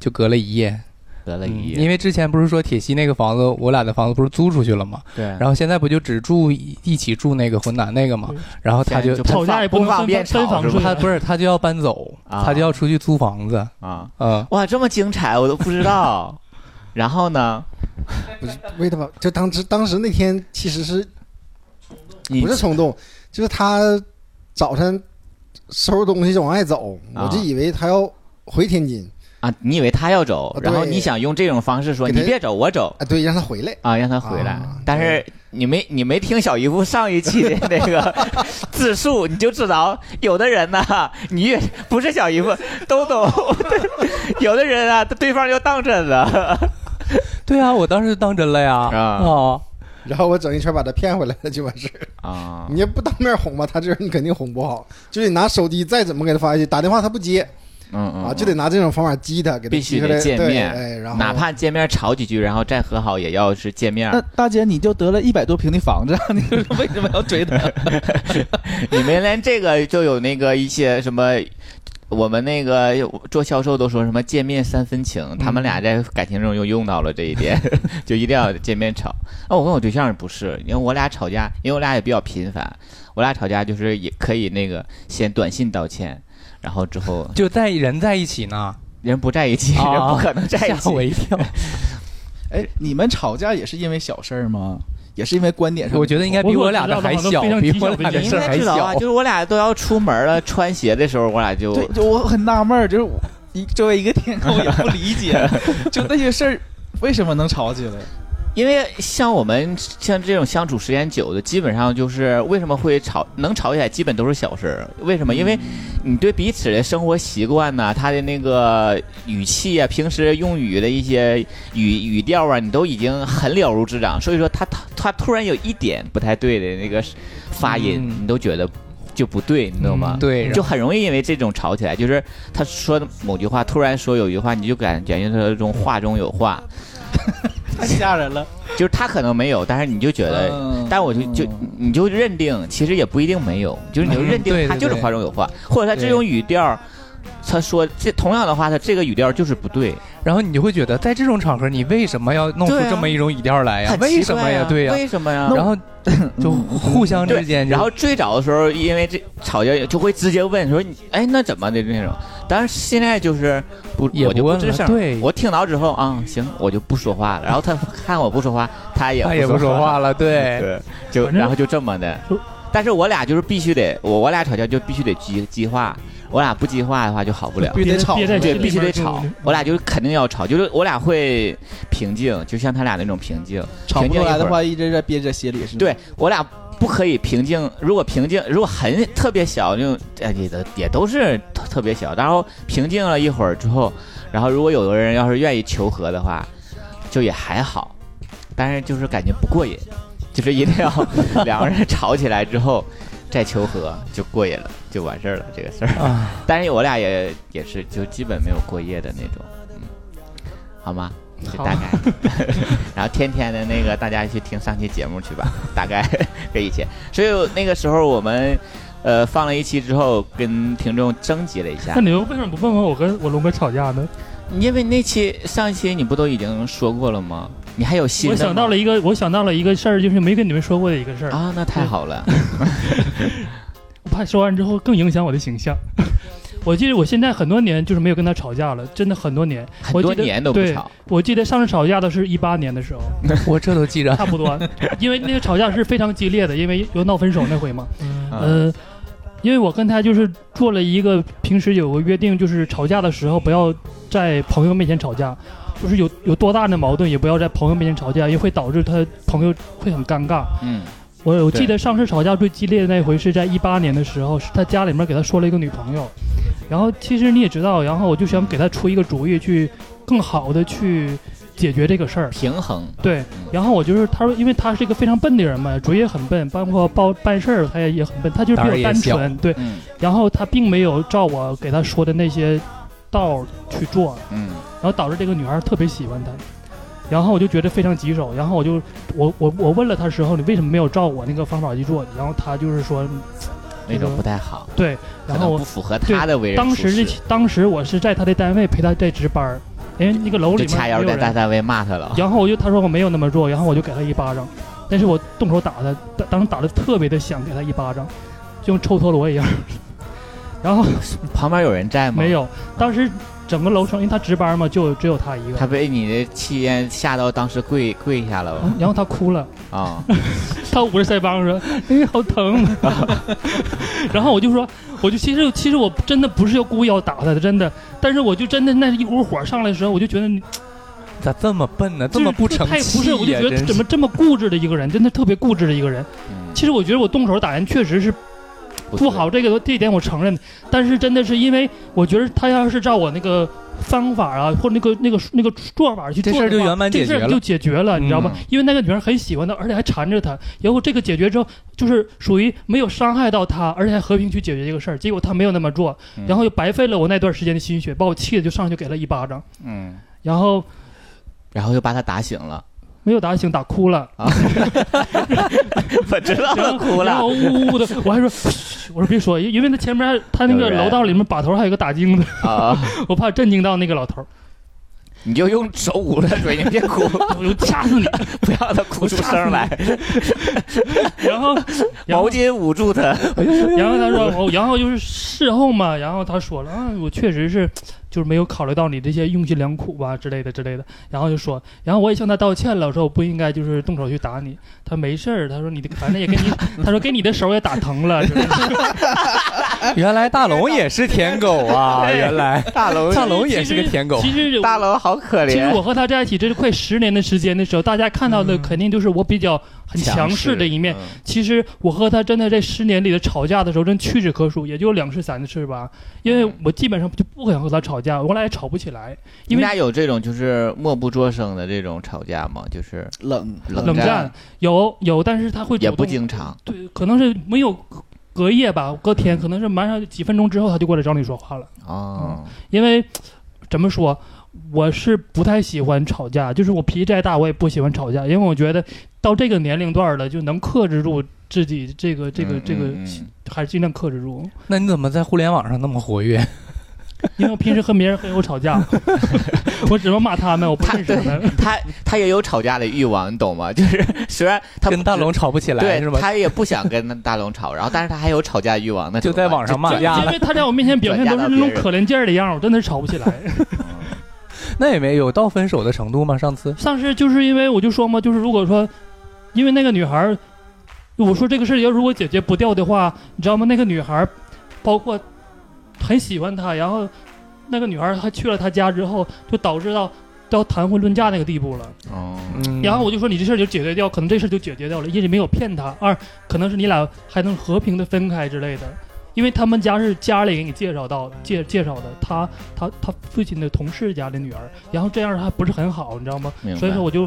Speaker 5: 就隔了一夜。
Speaker 3: 隔了
Speaker 5: 嗯
Speaker 3: 一夜，
Speaker 5: 因为之前不是说铁西那个房子，我俩的房子不是租出去了嘛，
Speaker 3: 对，然
Speaker 5: 然后现在不就只住一一起住那个浑南那个嘛
Speaker 7: 对，
Speaker 5: 然后他就
Speaker 3: 嗯就
Speaker 5: 他
Speaker 7: 吵架也
Speaker 3: 不
Speaker 7: 不能
Speaker 3: 方
Speaker 7: 分
Speaker 3: 便
Speaker 7: 分分
Speaker 3: 吵
Speaker 7: 房
Speaker 3: 是
Speaker 7: 睡
Speaker 3: 吧
Speaker 5: 他不是他就要搬走，
Speaker 3: 啊
Speaker 5: 他就要出去租房子，
Speaker 3: 啊，
Speaker 5: 嗯，
Speaker 3: 哇，这么精彩，我都不知道。然后呢？
Speaker 6: 不是 wait about，就当时当时那天其实是
Speaker 3: 你
Speaker 6: 不是冲动，就是他早晨收拾东西就往外走，
Speaker 3: 啊
Speaker 6: 我就以为他要回天津
Speaker 3: 啊，你以为他要走，
Speaker 6: 啊
Speaker 3: 然后
Speaker 6: 对
Speaker 3: 你想用这种方式说
Speaker 6: 给
Speaker 3: 你
Speaker 6: 他
Speaker 3: 别走，我走
Speaker 6: 啊，对，让他回来。
Speaker 3: 啊，让他回来
Speaker 6: 啊。
Speaker 3: 但是你没你没听小姨夫上一期的 那个自述，你就知道有的人呐、你越不是小姨夫都懂， 有的人啊，对方就当真了。
Speaker 5: 对啊，我当时当真了呀。
Speaker 3: 啊
Speaker 5: 哦，
Speaker 6: 然后我整一圈把他骗回来了就完事儿。
Speaker 3: 啊
Speaker 6: 你要不当面哄吧，他这人你肯定哄不好。就是你拿手机再怎么给他发消息，打电话他不接
Speaker 3: 嗯嗯
Speaker 6: 啊，就得拿这种方法激他，给他
Speaker 3: 必须
Speaker 6: 激回
Speaker 3: 得
Speaker 6: 来
Speaker 3: 见
Speaker 6: 对
Speaker 3: 面
Speaker 6: 哎，然后
Speaker 3: 哪怕见面吵几句，然后再和好，也要是见面
Speaker 4: 那。大姐，你就得了一百多平的房子， 你为什么要追他？
Speaker 3: 你们连这个就有那个一些什么。我们那个做销售都说什么见面三分
Speaker 5: 嗯
Speaker 3: 情，他们俩在感情中又用到了这一 点，就一定要见面吵。那、我跟我对象不是，因为我俩吵架，因为我俩也比较频繁，我俩吵架就是也可以那个先短信道歉，然后之后
Speaker 5: 就在人在一起呢，
Speaker 3: 人不在一起，
Speaker 5: 啊
Speaker 3: 人不可能在一
Speaker 5: 吓
Speaker 3: 起。
Speaker 5: 我一跳。
Speaker 4: 哎，你们吵架也是因为小事儿吗？也是因为观点上的不同？
Speaker 5: 我觉得应该比我俩的还小，比我俩的
Speaker 3: 你应
Speaker 5: 事儿
Speaker 3: 该
Speaker 5: 还
Speaker 3: 知道啊，
Speaker 5: 小
Speaker 3: 就。是我俩都要出门了，穿鞋的时候，我俩就
Speaker 4: 对，就我很纳闷儿，就是我一作为一个天狗也不理解，就那些事儿为什么能吵起来？
Speaker 3: 因为像我们像这种相处时间久的，基本上就是为什么会吵，能吵起来，基本都是小事儿。为
Speaker 5: 嗯
Speaker 3: 什么？因为你对彼此的生活习惯呐、他的那个语气啊，平时用语的一些语语调啊，你都已经很了如指掌。所以说他，他他突然有一点不太对的那个发音，
Speaker 5: 嗯
Speaker 3: 你都觉得就不对，你懂吗？
Speaker 5: 嗯对
Speaker 3: 就很容易因为这种吵起来。就是他说的某句话，突然说有一句话，你就感感觉他中话中有话。
Speaker 4: 太吓人了。
Speaker 3: 就是他可能没有，但是你就觉得，
Speaker 4: 嗯
Speaker 3: 但我就就你就认定，其实也不一定没有，就是你就认
Speaker 5: 嗯对
Speaker 3: 定
Speaker 5: 对
Speaker 3: 他就是
Speaker 5: 对
Speaker 3: 话中有话，或者他这种语调，他说这同样的话，他这个语调就是不对，
Speaker 5: 然后你就会觉得，在这种场合，你为什么要弄出
Speaker 3: 对啊
Speaker 5: 这么一种语调哎来呀
Speaker 3: 啊很？
Speaker 5: 为
Speaker 3: 奇
Speaker 5: 什么
Speaker 3: 怪
Speaker 5: 呀？对呀。
Speaker 3: 为什么呀？嗯
Speaker 5: 然后就互相之间就，
Speaker 3: 然后最早的时候，因为这吵架就会直接问说你：“哎，那怎么的那种？”但是现在就是不，
Speaker 5: 也
Speaker 3: 我就不
Speaker 5: 不问
Speaker 3: 吱
Speaker 5: 了
Speaker 3: 声。
Speaker 5: 对
Speaker 3: 我听到之后啊、行，我就不说话了。然后他 看我不说话，他也
Speaker 5: 他也
Speaker 3: 不
Speaker 5: 不说
Speaker 3: 话
Speaker 5: 话了，对。
Speaker 3: 对，就
Speaker 7: 反正
Speaker 3: 然后就这么的
Speaker 7: 就。
Speaker 3: 但是我俩就是必须得，我我俩吵架就必须得激激化，我俩不激化的话就好不了。
Speaker 4: 必须得吵
Speaker 7: 憋在
Speaker 3: 对，
Speaker 7: 这
Speaker 3: 必须得
Speaker 7: 里面
Speaker 3: 吵
Speaker 7: 就，
Speaker 3: 我俩就是肯定要吵，就是我俩会平静，就像他俩那种平静。
Speaker 4: 吵不出
Speaker 3: 平
Speaker 4: 来
Speaker 3: 静一
Speaker 4: 的
Speaker 3: 会
Speaker 4: 话，一直在憋在心里是吗？
Speaker 3: 对我俩不可以平静，如果平静，如果很特别小，就哎也都也都是特特别小。然后平静了一会儿之后，然后如果有的人要是愿意求和的话，就也还好，但是就是感觉不过瘾，就是一定要 两个人吵起来之后再求和就过瘾了，就完事儿了这个事儿。
Speaker 5: 啊，
Speaker 3: 但是我俩也也是就基本没有过夜的那种，嗯，好吗？就大概， 然后天天的那个大家去听上期节目去吧，大概 这一切。所以那个时候我们呃放了一期之后，跟听众征集了一下
Speaker 7: 那，你又为什么不问问我跟我龙哥吵架呢？
Speaker 3: 因为那期上一期你不都已经说过了吗？你还有新
Speaker 7: 我
Speaker 3: 的吗？
Speaker 7: 想到了一个，我想到了一个事儿，就是没跟你们说过的一个事儿，
Speaker 3: 啊，那太好了，
Speaker 7: 我怕说完之后更影响我的形象。 我记得我现在很多年就是没有跟他吵架了，真的很多年。
Speaker 3: 很
Speaker 7: 我
Speaker 3: 多
Speaker 7: 记得
Speaker 3: 年都不
Speaker 7: 对
Speaker 3: 吵，
Speaker 7: 我记得上次吵架的是一八年 的时候，
Speaker 5: 我这都记着。
Speaker 7: 差不多，因为那个吵架是非常激烈的，因为有闹分手那回嘛。
Speaker 3: 嗯
Speaker 7: 呃，因为我跟他就是做了一个平时有个约定，就是吵架的时候不要在朋友面前吵架，就是有有多大的矛盾也不要在朋友面前吵架，因为会导致他朋友会很尴尬。
Speaker 3: 嗯
Speaker 7: 我我记
Speaker 3: 对
Speaker 7: 得上次吵架最激烈的那回是在一八年的时候，是他家里面给他说了一个女朋友，然后其实你也知道，然后我就想给他出一个主意，去更好的去解决这个事儿。
Speaker 3: 平衡，
Speaker 7: 对，然后我就是他说，因为他是一个非常笨的人嘛，主意也很笨，包括包办事儿他也也很笨，他就是比
Speaker 5: 胆儿
Speaker 7: 我
Speaker 5: 也
Speaker 7: 单纯，对，
Speaker 3: 嗯
Speaker 7: 然后他并没有照我给他说的那些道儿去做，
Speaker 3: 嗯
Speaker 7: 然后导致这个女孩儿特别喜欢他，然后我就觉得非常棘手，然后我就我我我问了他时候，你为什么没有照我那个方法去做？然后他就是说，
Speaker 3: 那种不太好，
Speaker 7: 对，
Speaker 3: 可
Speaker 7: 然
Speaker 3: 能
Speaker 7: 后
Speaker 3: 不
Speaker 7: 我
Speaker 3: 符合他的为人
Speaker 7: 当
Speaker 3: 处
Speaker 7: 时
Speaker 3: 事
Speaker 7: 这当时我是在他的单位陪他在值班儿，因为那个楼
Speaker 3: 就
Speaker 7: 里面
Speaker 3: 掐腰
Speaker 7: 没有
Speaker 3: 在大
Speaker 7: 人，
Speaker 3: 单位骂他了，
Speaker 7: 然后我就他说我没有那么做，然后我就给他一巴掌，但是我动手打他，当当时打的特别的响，给他一巴掌， 就跟抽陀螺一样，然后。
Speaker 3: 旁边有人在吗？
Speaker 7: 没有，当时整个楼层，因为他值班嘛，就只有他一个
Speaker 3: 他。被你的气焰吓到，当时跪跪下了吧？
Speaker 7: 然后他哭了，
Speaker 3: 啊、
Speaker 7: 他捂着腮帮 说：“哎，好疼。”
Speaker 5: 啊
Speaker 7: 然后我就说，我就其实其实我真的不是要故意要打他的，真的，但是我就真的那一股火上来的时候，我就觉得你
Speaker 5: 咋这么笨呢？这么不成
Speaker 7: 太不
Speaker 5: 器
Speaker 7: 是，我就
Speaker 5: 呀！
Speaker 7: 觉得
Speaker 5: 真
Speaker 7: 怎么
Speaker 5: 是
Speaker 7: 这么固执的一个人，真的特别固执的一个人。
Speaker 3: 嗯
Speaker 7: 其实我觉得我动手打人确实是不好，这个这一点我承认。但是真的是因为我觉得他要是照我那个方法啊，或者那个那个那个做法去
Speaker 5: 这
Speaker 7: 做的话，
Speaker 5: 事儿就圆满解
Speaker 7: 这事儿
Speaker 5: 决了嗯
Speaker 7: 就解决了，你知道吗？因为那个女人很喜欢他，而且还缠着他。然后这个解决之后，就是属于没有伤害到他，而且还和平去解决这个事儿。结果他没有那么做，
Speaker 3: 嗯
Speaker 7: 然后又白费了我那段时间的心血，把我气的就上去给了一巴掌，
Speaker 3: 嗯，
Speaker 7: 然后
Speaker 3: 然后又把他打醒了。
Speaker 7: 没有打醒，打哭了。
Speaker 3: 我知道
Speaker 7: 然
Speaker 3: 他
Speaker 7: 后
Speaker 3: 哭
Speaker 7: 然
Speaker 3: 了
Speaker 7: 后，呜呜的，我还说，嘘我说别说，因因为他前面还他那
Speaker 3: 有
Speaker 7: 个
Speaker 3: 人
Speaker 7: 楼道里面把头还有一个打钉子，
Speaker 3: 啊，
Speaker 7: 我怕震惊到那个老头儿，
Speaker 3: 你就用手捂着嘴，你别 哭，
Speaker 7: 我就掐 死你。
Speaker 3: 不要他哭出声来，
Speaker 7: 然后，然
Speaker 3: 毛
Speaker 7: 后，
Speaker 3: 巾捂住他。
Speaker 7: 然后他说，哦我然后就是事后嘛，然后他说了，啊，我确实是就是没有考虑到你这些用心良苦吧之类的之类的，然后就说，然后我也向他道歉了，我说我不应该就是动手去打你，他没事儿，他说你的反正也给 你，他说给你的手也打疼了，就是
Speaker 3: 哎
Speaker 5: 原来大龙也是舔狗啊！原来
Speaker 3: 大龙，
Speaker 5: 大龙也是个舔狗
Speaker 7: 其，实
Speaker 3: 大龙好可
Speaker 7: 其实
Speaker 3: 怜。
Speaker 7: 我和他在一起，这是快十年的时间的时候，大家看到的
Speaker 5: 嗯
Speaker 7: 肯定就是我比较很强势的一面。
Speaker 3: 嗯，
Speaker 7: 其实我和他真的在十年里的吵架的时候，真屈指可数，也就两次三次吧。因为我基本上就不想和他吵架，我俩也吵不起来，
Speaker 3: 你
Speaker 7: 因
Speaker 3: 们俩
Speaker 7: 为
Speaker 3: 有这种就是默不作声的这种吵架吗？就是
Speaker 6: 冷
Speaker 7: 冷战有有，但是他会主
Speaker 3: 也
Speaker 7: 动
Speaker 3: 不经常。
Speaker 7: 对，可能是没有隔夜吧，隔天可能是马上几分钟之后他就过来找你说话了。
Speaker 3: 哦，
Speaker 7: 因为怎么说，我是不太喜欢吵架，就是我脾气再大，我也不喜欢吵架，因为我觉得到这个年龄段了，就能克制住自己这个这个
Speaker 3: 嗯
Speaker 7: 这个，
Speaker 3: 嗯嗯
Speaker 7: 还是尽量克制住。
Speaker 5: 那你怎么在互联网上那么活跃？
Speaker 7: 因为我平时和别人黑我吵 架，我只能骂他们，我不
Speaker 3: 他
Speaker 7: 认识他们。
Speaker 3: 他他也有吵架的欲望，你懂吗？ 就是虽然他
Speaker 5: 跟大龙吵不起来
Speaker 3: 对
Speaker 5: 是吧？
Speaker 3: 他也不想跟那大龙吵，然后但是他还有吵架欲望，那
Speaker 5: 就
Speaker 3: 怎么
Speaker 5: 在
Speaker 3: 办
Speaker 5: 网上
Speaker 7: 就
Speaker 5: 骂架
Speaker 7: 因
Speaker 5: 了，
Speaker 7: 为他在我面前表现都是那种可怜劲儿的样儿，我真的是吵不起 来。
Speaker 5: 那也没有到分手的程度吗？上次
Speaker 7: 上次就是因为我就说嘛，就是如果说，因为那个女孩儿，我说这个事儿要如果解决不掉的话，你知道吗？那个女孩儿，包括很喜欢他，然后那个女孩儿还去了他家之后，就导致到到谈婚论嫁那个地步了。
Speaker 3: 哦，
Speaker 5: 嗯
Speaker 7: 然后我就说你这事儿就解决掉，可能这事儿就解决掉了，一是没有骗他，二可能是你俩还能和平的分开之类的。因为他们家是家里给你介绍
Speaker 3: 嗯
Speaker 7: 到介介绍的，他他他父亲的同事家的女儿，然后这样还不是很好，你知道吗？
Speaker 3: 明白
Speaker 7: 所以说我就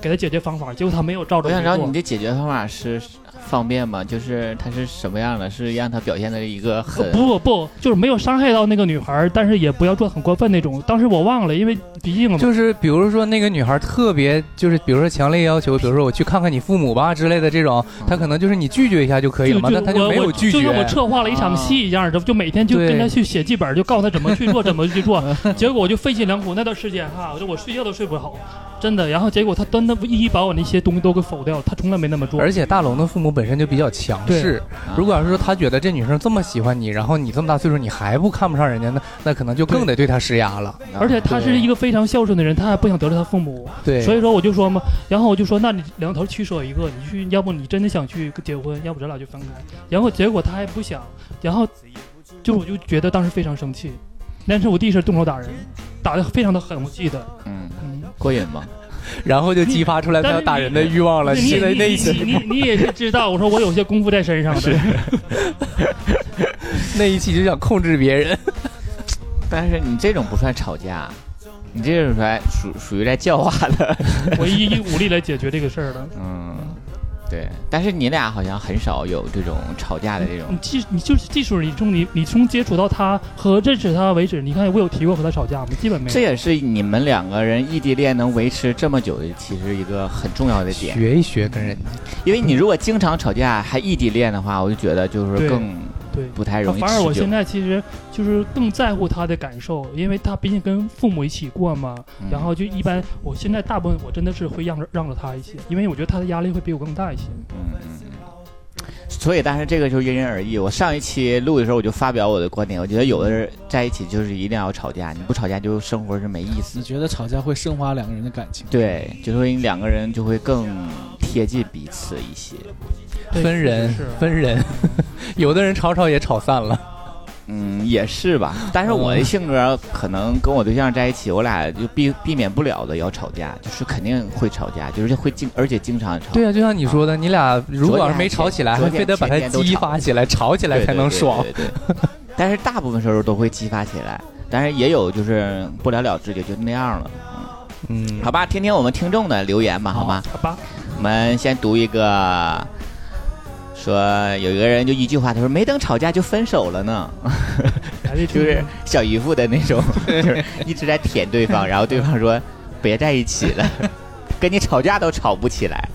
Speaker 7: 给他解决方法，结果他没有照着
Speaker 3: 我想知道
Speaker 7: 做
Speaker 3: 你的解决方法是方便吗？就是他是什么样的？是让他表现的一个很嗯
Speaker 7: 不不不，就是没有伤害到那个女孩儿，但是也不要做很过分那种。当时我忘了，因为毕 竟
Speaker 5: 就是比如说那个女孩特别就是比如说强烈要求，比如说我去看看你父母吧之类的这种，她可能就是你拒绝一下就可以了嘛，
Speaker 7: 就
Speaker 5: 但她就没有拒
Speaker 7: 就
Speaker 5: 绝啊
Speaker 7: 像。我策划了一场戏一样，就就每天就
Speaker 5: 对
Speaker 7: 跟他去写剧本，就告诉他怎么去 做，怎么去做。结果我就费尽良苦，那段时间哈，我就我睡觉都睡不好，真的。然后结果他真的一一把我那些东西都给否掉了，他从来没那么做。
Speaker 5: 而且大龙的父母本身就比较强势，如果要是说他觉得这女生这么喜欢你，然后你这么大岁数你还不看不上人家，那那可能就更得对她施压了。
Speaker 7: 而且他是
Speaker 5: 对
Speaker 7: 一个非常孝顺的人，他还不想得罪他父母，
Speaker 5: 对，
Speaker 7: 所以说我就说嘛，然后我就说，那你两头取舍一个，你去，要不你真的想去结婚，要不咱俩就分开。然后结果他还不想，然后就我就觉得当时非常生气，但是我第一次动手打人，打的非常的狠，我记得。
Speaker 3: 嗯
Speaker 7: 嗯，
Speaker 3: 过瘾吗？
Speaker 5: 然后就激发出来他要打人的欲望了。
Speaker 7: 你
Speaker 5: 记得那一期
Speaker 7: 你你你也是知道，我说我有些功夫在身上的，
Speaker 5: 那一期就想控制别人，
Speaker 3: 但是你这种不算吵架，你这种算属属于在教化的。
Speaker 7: 我一一武力来解决这个事儿的。
Speaker 3: 嗯，对。但是你俩好像很少有这种吵架的这种
Speaker 7: 你技你就是技术，你从你你从接触到他和认识他为止，你看我有提过和他吵架吗？基本没有。
Speaker 3: 这也是你们两个人异地恋能维持这么久的，其实一个很重要的点。
Speaker 5: 学一学跟人家。
Speaker 3: 因为你如果经常吵架还异地恋的话，我就觉得就是
Speaker 7: 对
Speaker 3: 更
Speaker 7: 对
Speaker 3: 不太容易
Speaker 7: 反而我
Speaker 3: 持久
Speaker 7: 现。在其实就是更在乎他的感受，因为他毕竟跟父母一起过嘛。
Speaker 3: 嗯
Speaker 7: 然后就一般，我现在大部分我真的是会让着让着他一些，因为我觉得他的压力会比我更大一些。
Speaker 3: 嗯嗯嗯嗯所以，但是这个就是因人而异。我上一期录的时候，我就发表我的观点，我觉得有的人在一起就是一定要吵架，你不吵架就生活是没意思
Speaker 7: 嗯
Speaker 4: 你。觉得吵架会升华两个人的感情？
Speaker 3: 对，就说你两个人就会更贴近彼此一些。
Speaker 7: 对
Speaker 5: 分人
Speaker 7: 是
Speaker 5: 分人， 有的人吵吵也吵散了，
Speaker 3: 嗯，也是吧。但是
Speaker 5: 嗯
Speaker 3: 我的性格可能跟我对象在一起，我俩就避避免不了的要吵架，就是肯定会吵架，就是会经而且经常吵。
Speaker 5: 对啊，就像你说的，你俩如果要是没吵起来，
Speaker 3: 昨
Speaker 5: 还
Speaker 3: 天
Speaker 5: 非得把它
Speaker 3: 前天都
Speaker 5: 激
Speaker 3: 吵
Speaker 5: 发起来，吵起来才能爽。
Speaker 3: 对对对对 对但是大部分时候都会激发起来，但是也有就是不了了之，也就那样了。
Speaker 5: 嗯，
Speaker 3: 好吧，听听我们听众的留言吧，好吗？
Speaker 7: 好吧，
Speaker 3: 我们先读一个，说有一个人就一句话，他说没等吵架就分手了呢，
Speaker 7: 还是
Speaker 3: 就是小姨夫的那种，就是一直在舔对方，然后对方说别在一起了， 跟你吵架都吵不起来。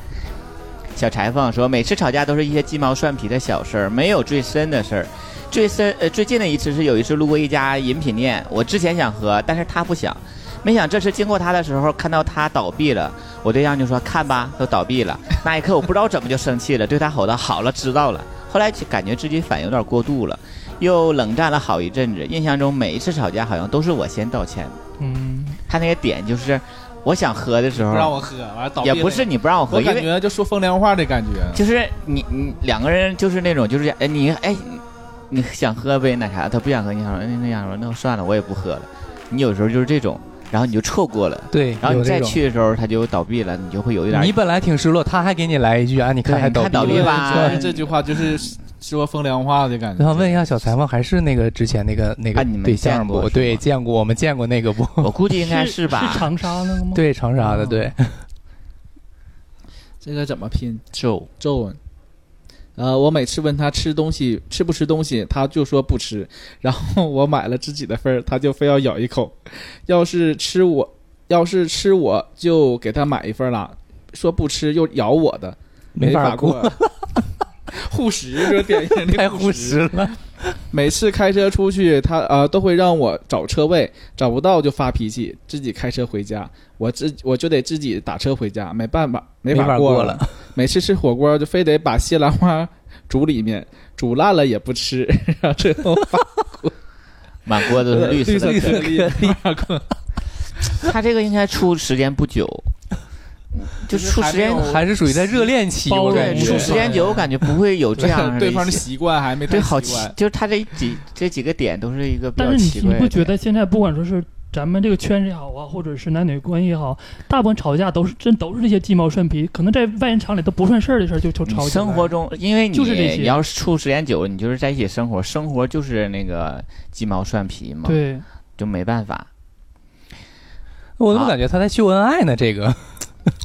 Speaker 3: 小裁缝说，每次吵架都是一些鸡毛蒜皮的小事儿，没有最深的事儿。最深呃最近的一次是有一次路过一家饮品店，我之前想喝，但是他不想，没想这次经过他的时候看到他倒闭了，我对象就说看吧，都倒闭了。那一刻我不知道怎么就生气了，对他吼道好了知道了。后来就感觉自己反应有点过度了，又冷战了好一阵子。印象中每一次吵架好像都是我先道歉，
Speaker 7: 嗯，
Speaker 3: 他那个点就是我想喝的时
Speaker 4: 不让
Speaker 3: 候，
Speaker 4: 我喝，完了倒
Speaker 3: 嗯
Speaker 4: 闭
Speaker 3: 也
Speaker 4: 了
Speaker 3: 不是，你不让我喝，
Speaker 4: 我
Speaker 3: 因
Speaker 4: 感
Speaker 3: 为
Speaker 4: 觉就说风凉话的感觉。
Speaker 3: 就是你你两个人就是那种就是哎你哎你想喝杯奶茶，他不想喝，你想说哎那那样说那算了，我也不喝了。你有时候就是这种，然后你就错过了，
Speaker 5: 对，
Speaker 3: 然后
Speaker 5: 有
Speaker 3: 你
Speaker 5: 这
Speaker 3: 再
Speaker 5: 种。
Speaker 3: 去的时候他就倒闭了，你就会有一点
Speaker 5: 你本来挺失落，他还给你来一句啊，你看
Speaker 3: 对
Speaker 5: 还
Speaker 3: 你看
Speaker 5: 闭
Speaker 3: 倒闭
Speaker 5: 了。
Speaker 3: 吧
Speaker 4: 就是这句话就是说风凉话的感
Speaker 5: 我
Speaker 4: 觉。
Speaker 5: 想问一下小裁缝，还是那个之前那个那个
Speaker 3: 啊你们
Speaker 5: 对
Speaker 3: 见
Speaker 5: 象
Speaker 3: 过
Speaker 5: 不？
Speaker 3: 是
Speaker 5: 对，
Speaker 3: 吗
Speaker 5: 见过，我们见过那个不？
Speaker 3: 我估计应该
Speaker 7: 是
Speaker 3: 吧？
Speaker 7: 是长沙那个吗？，
Speaker 5: 对，长
Speaker 3: 哦
Speaker 5: 沙的，对，
Speaker 4: 这个怎么拼？
Speaker 3: 就
Speaker 4: 皱纹。呃，我每次问他吃东西吃不吃东西，他就说不吃。然后我买了自己的份儿，他就非要咬一口。要是吃我，要是吃我就给他买一份儿啦。说不吃又咬我的，没
Speaker 5: 法过，
Speaker 4: 过。 护食就是典型 的
Speaker 5: 太护食了。
Speaker 4: 每次开车出去，他呃都会让我找车位，找不到就发脾气，自己开车回家，我自我就得自己打车回家，没办法，没
Speaker 5: 没法
Speaker 4: 法
Speaker 5: 过
Speaker 4: 过
Speaker 5: 了。
Speaker 4: 每次吃火锅就非得把西兰花煮里面，煮烂了也不吃，然后最后发
Speaker 3: 满锅都是绿色 的。
Speaker 4: 绿色颗粒发过，
Speaker 3: 他这个应该出时间不久，嗯就
Speaker 4: 就是
Speaker 3: 出
Speaker 4: 还
Speaker 3: 时间
Speaker 4: 没有
Speaker 5: 还是属于在热恋期，
Speaker 7: 包
Speaker 5: 我
Speaker 7: 容
Speaker 5: 感
Speaker 3: 对
Speaker 5: 觉啊
Speaker 3: 出时间久，我感觉不会有这 样的
Speaker 4: 对方
Speaker 3: 一
Speaker 4: 的
Speaker 3: 些。
Speaker 4: 习惯还没太
Speaker 3: 对，好
Speaker 4: 习
Speaker 3: 奇
Speaker 4: 惯，。
Speaker 3: 就是他这几这几个点都是一个比较
Speaker 7: 但
Speaker 3: 奇
Speaker 7: 是你
Speaker 3: 怪
Speaker 7: 你
Speaker 3: 的。
Speaker 7: 不觉得现在不管说是咱们这个圈子也好啊，或者是男女关系也好，大部分吵架都是真都是这些鸡毛蒜皮，可能在外人厂里都不算事儿的事儿就就
Speaker 3: 你
Speaker 7: 吵起来。
Speaker 3: 生活中，因为你
Speaker 7: 就是这些
Speaker 3: 你要是处时间久了，你就是在一起生活，生活就是那个鸡毛蒜皮嘛，
Speaker 7: 对，
Speaker 3: 就没办法。
Speaker 5: 我怎么感觉他在秀恩爱呢？这个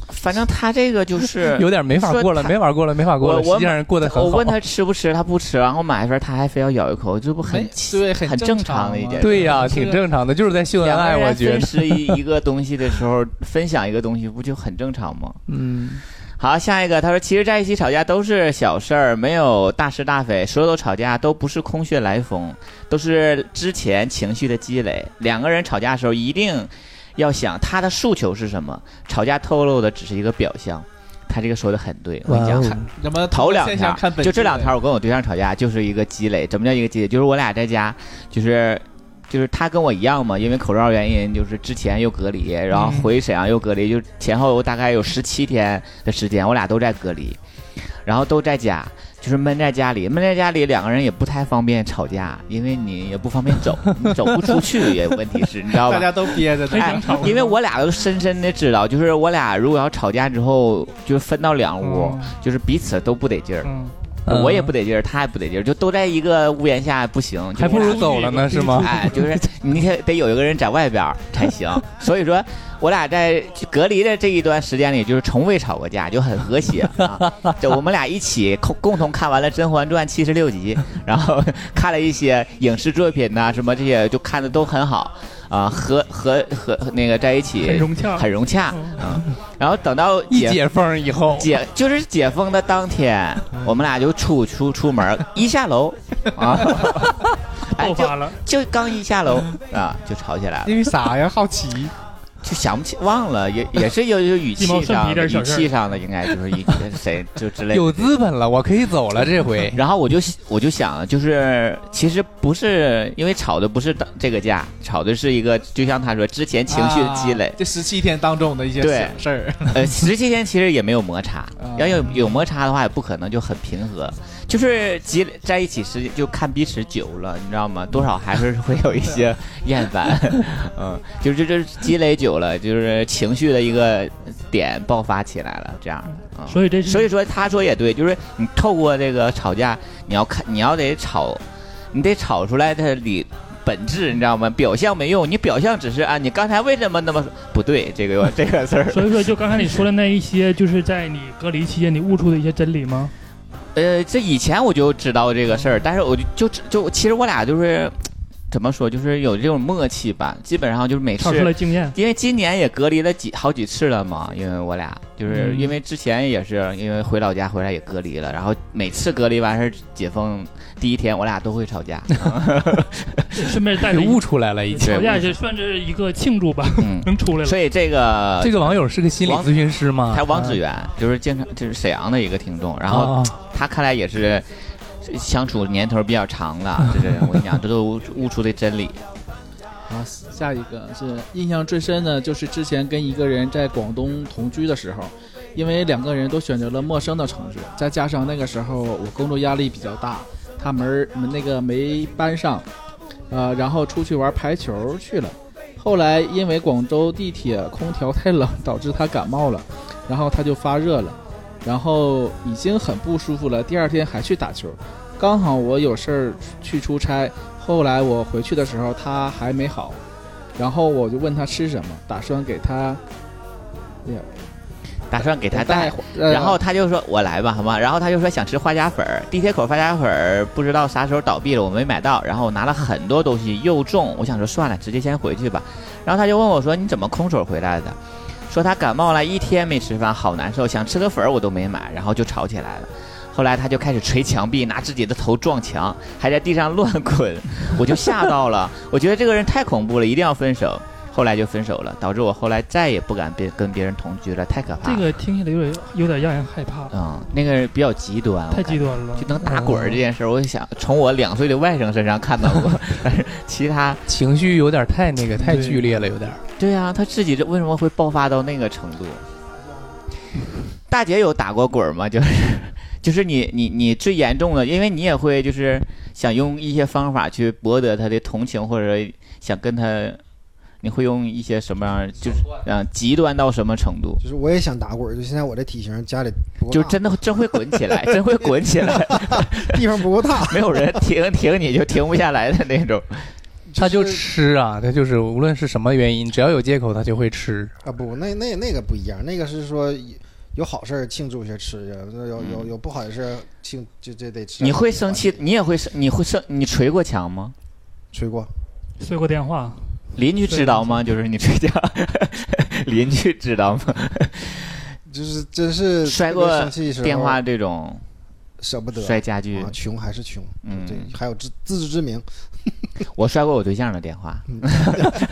Speaker 3: 反正他这 个就是
Speaker 5: 有点没法过了，
Speaker 3: 说他
Speaker 5: 没法过了，没法过了。
Speaker 3: 我我
Speaker 5: 实际上过得很好。
Speaker 3: 我问他吃不吃，他不吃，然后买一份，他还非要咬一口，这不很
Speaker 4: 没对
Speaker 3: 很
Speaker 4: 很
Speaker 3: 正
Speaker 4: 常
Speaker 3: 的一
Speaker 4: 嘛
Speaker 3: 件事
Speaker 5: 对呀、
Speaker 4: 这个
Speaker 5: 挺正常的，就是在秀恩
Speaker 3: 两
Speaker 5: 爱，
Speaker 3: 个
Speaker 5: 我
Speaker 3: 人
Speaker 5: 觉
Speaker 3: 分
Speaker 5: 得。
Speaker 3: 食一一个东西的时候，分享一个东西，不就很正常吗？
Speaker 5: 嗯，
Speaker 3: 好，下一个，他说，其实在一起吵架都是小事儿，没有大是大非，所有的吵架都不是空穴来风，都是之前情绪的积累。两个人吵架的时候，一定要想他的诉求是什么，吵架透露的只是一个表象。他这个说的很对，我
Speaker 5: 哇
Speaker 3: 跟你讲，
Speaker 5: 哦，
Speaker 4: 那么
Speaker 3: 头两
Speaker 4: 现
Speaker 3: 条
Speaker 4: 象看本质
Speaker 3: 就这两条，我跟我对象吵架就是一个积累。怎么叫一个积累？就是我俩在家，就是就是他跟我一样嘛，因为口罩原因，就是之前又隔离，然后
Speaker 4: 嗯
Speaker 3: 回沈阳又隔离，就前后大概有十七天的时间，我俩都在隔离，然后都在家。就是闷在家里，闷在家里，两个人也不太方便吵架，因为你也不方便走，你走不出去也问题是，你知道吧
Speaker 4: 大？家都憋着呢，
Speaker 3: 哎，因为我俩都深深的知道，就是我俩如果要吵架之后，就是分到两屋，
Speaker 4: 嗯
Speaker 3: 就是彼此都不得劲儿，
Speaker 7: 嗯，
Speaker 5: 嗯
Speaker 3: 我也不得劲儿，他也不得劲儿，就都在一个屋檐下不行，就
Speaker 5: 还不如走了呢，是吗？
Speaker 3: 哎，就是你得得有一个人在外边儿才行。所以说，我俩在隔离的这一段时间里，就是从未吵过架，就很和谐啊。就我们俩一起共共同看完了《甄嬛传》七十六集，然后 看了一些影视作品呐、什么这些，就看的都很好啊，和和和那个在一
Speaker 7: 很
Speaker 3: 起
Speaker 7: 融洽，
Speaker 3: 很融洽
Speaker 7: 嗯
Speaker 3: 啊。然后等到
Speaker 5: 一
Speaker 3: 解
Speaker 5: 解封以后，
Speaker 3: 解就是解封的当天，
Speaker 7: 嗯
Speaker 3: 我们俩就出出出门儿，一下楼 啊，哎
Speaker 7: 爆发了。嗯
Speaker 3: 就就刚一下楼啊，就吵起来了。
Speaker 5: 因为啥呀？好奇。
Speaker 3: 就想不起忘了，也也是有有语
Speaker 7: 鸡毛
Speaker 3: 气
Speaker 7: 蒜
Speaker 3: 上
Speaker 7: 皮点
Speaker 3: 的
Speaker 7: 儿小
Speaker 3: 语
Speaker 7: 事儿
Speaker 3: 气上的，应该就是 一谁就之类的。
Speaker 5: 有资本了，我可以走了这回。
Speaker 3: 然后我就我就想，就是其实不是因为吵的不是这个架，吵的是一个，就像他说之前情绪的积累
Speaker 4: 啊，这十七天当中的一些
Speaker 3: 对
Speaker 4: 小事儿，
Speaker 7: 啊
Speaker 3: 呃，十七天其实也没有摩擦
Speaker 4: 啊，
Speaker 3: 要有有摩擦的话，也不可能就很平和，就是积累在一起时间就看彼此久了，你知道吗？多少还是会有一些厌烦，嗯，就是这这积累久了，就是情绪的一个点爆发起来了，这样，嗯，
Speaker 7: 所以这是
Speaker 3: 所以说他说也对，就是你透过这个吵架，你要看，你要得吵，你得吵出来它里本质，你知道吗？表象没用，你表象只是啊，你刚才为什么那么不对？这个这个事儿，
Speaker 7: 所以说，就刚才你说的那一些，就是在你隔离期间你悟出的一些真理吗？
Speaker 3: 呃，这以前我就知道这个事儿，但是我就就就其实我俩就是怎么说，就是有这种默契吧，基本上就是每次
Speaker 7: 吵出来经验，
Speaker 3: 因为今年也隔离了几好几次了嘛，因为我俩就是
Speaker 7: 嗯
Speaker 3: 因为之前也是因为回老家回来也隔离了，然后每次隔离完事儿解封第一天，我俩都会吵 架。
Speaker 7: 顺便带
Speaker 5: 给
Speaker 7: 着
Speaker 5: 悟出来了，已经。
Speaker 7: 吵架也算是一个庆祝吧，
Speaker 3: 嗯，
Speaker 7: 能出来了。
Speaker 3: 所以这 个
Speaker 5: 这个网友是个心理咨询师吗？
Speaker 3: 他王志远就是经常就是沈阳的一个听众，然
Speaker 7: 哦
Speaker 3: 后
Speaker 5: 啊
Speaker 3: 他看来也是相处年头比较长了， 这是我跟你讲，这都悟悟出的真理。
Speaker 4: 啊，下一个是印象最深的，就是之前跟一个人在广东同居的时候，因为两个人都选择了陌生的城市，再加上那个时候我工作压力比较大，他门儿那个没搬上，呃，然后出去玩排球去了。后来因为广州地铁空调太冷，导致他感冒了，然后他就发热了，然后已经很不舒服了。第二天还去打球，刚好我有事儿去出差，后来我回去的时候他还没好，然后我就问他吃什么，打算给他
Speaker 3: 打算给他带
Speaker 4: 带，，呃
Speaker 3: 然后他就说：“我来吧，好吗？”然后他就说想吃花甲粉儿，地铁口花甲粉儿不知道啥时候倒闭了，我没买到。然后我拿了很多东西，又重，我想说算了，直接先回去吧。然后他就问我说：“你怎么空手回来的？”说他感冒了一天没吃饭，好难受，想吃个粉儿我都没买，然后就吵起来了。后来他就开始捶墙壁，拿自己的头撞墙，还在地上乱滚，我就吓到了，我觉得这个人太恐怖了，一定要分手。后来就分手了，导致我后来再也不敢别跟别人同居了，太可怕
Speaker 7: 这
Speaker 3: 了。
Speaker 7: 个听起来有点有点让人害怕，
Speaker 3: 嗯，那个比较极端，
Speaker 7: 太极
Speaker 3: 端，
Speaker 7: 端了
Speaker 3: 就。能打滚儿这件事儿，我想从我两岁的外甥身上看到 过，但是其他，
Speaker 5: 情绪有点太那个太剧烈了，有点。
Speaker 3: 对啊，他自己这为什么会爆发到那个程度？大姐有打过滚儿吗？就是， 就是你你你最严重的，因为你也会就是想用一些方法去博得他的同情，或者想跟他，你会用一些什么样，就是嗯极端到什么程度？
Speaker 6: 就是我也想打滚儿，就现在我这体型，家里不够
Speaker 3: 就
Speaker 6: 大
Speaker 3: 真的真会滚起来，真会滚起来，
Speaker 6: 地方不够大，
Speaker 3: 没有人停停你就停不下来的那种。
Speaker 5: 他就是吃啊，他就是无论是什么原因，只要有借口他就会吃。
Speaker 6: 啊不，那那那个不一样，那个是说有好事儿庆祝一下吃去，那有有有不好的事儿庆就这得
Speaker 3: 嗯
Speaker 6: 吃。
Speaker 3: 你会生气，你也会生，你会生，你捶过墙吗？
Speaker 6: 吹过？
Speaker 7: 睡过 电话，
Speaker 3: 邻居知道吗？就是你捶墙， 邻居知道吗？
Speaker 6: 就是真是
Speaker 3: 摔
Speaker 6: 特别
Speaker 3: 过
Speaker 6: 生气时候
Speaker 3: 电话这种
Speaker 6: 舍不得
Speaker 3: 摔家具
Speaker 6: 啊，，穷还是穷，
Speaker 3: 嗯
Speaker 6: 对，还有自自知之明，
Speaker 3: 我摔过我对象的电话，
Speaker 6: 嗯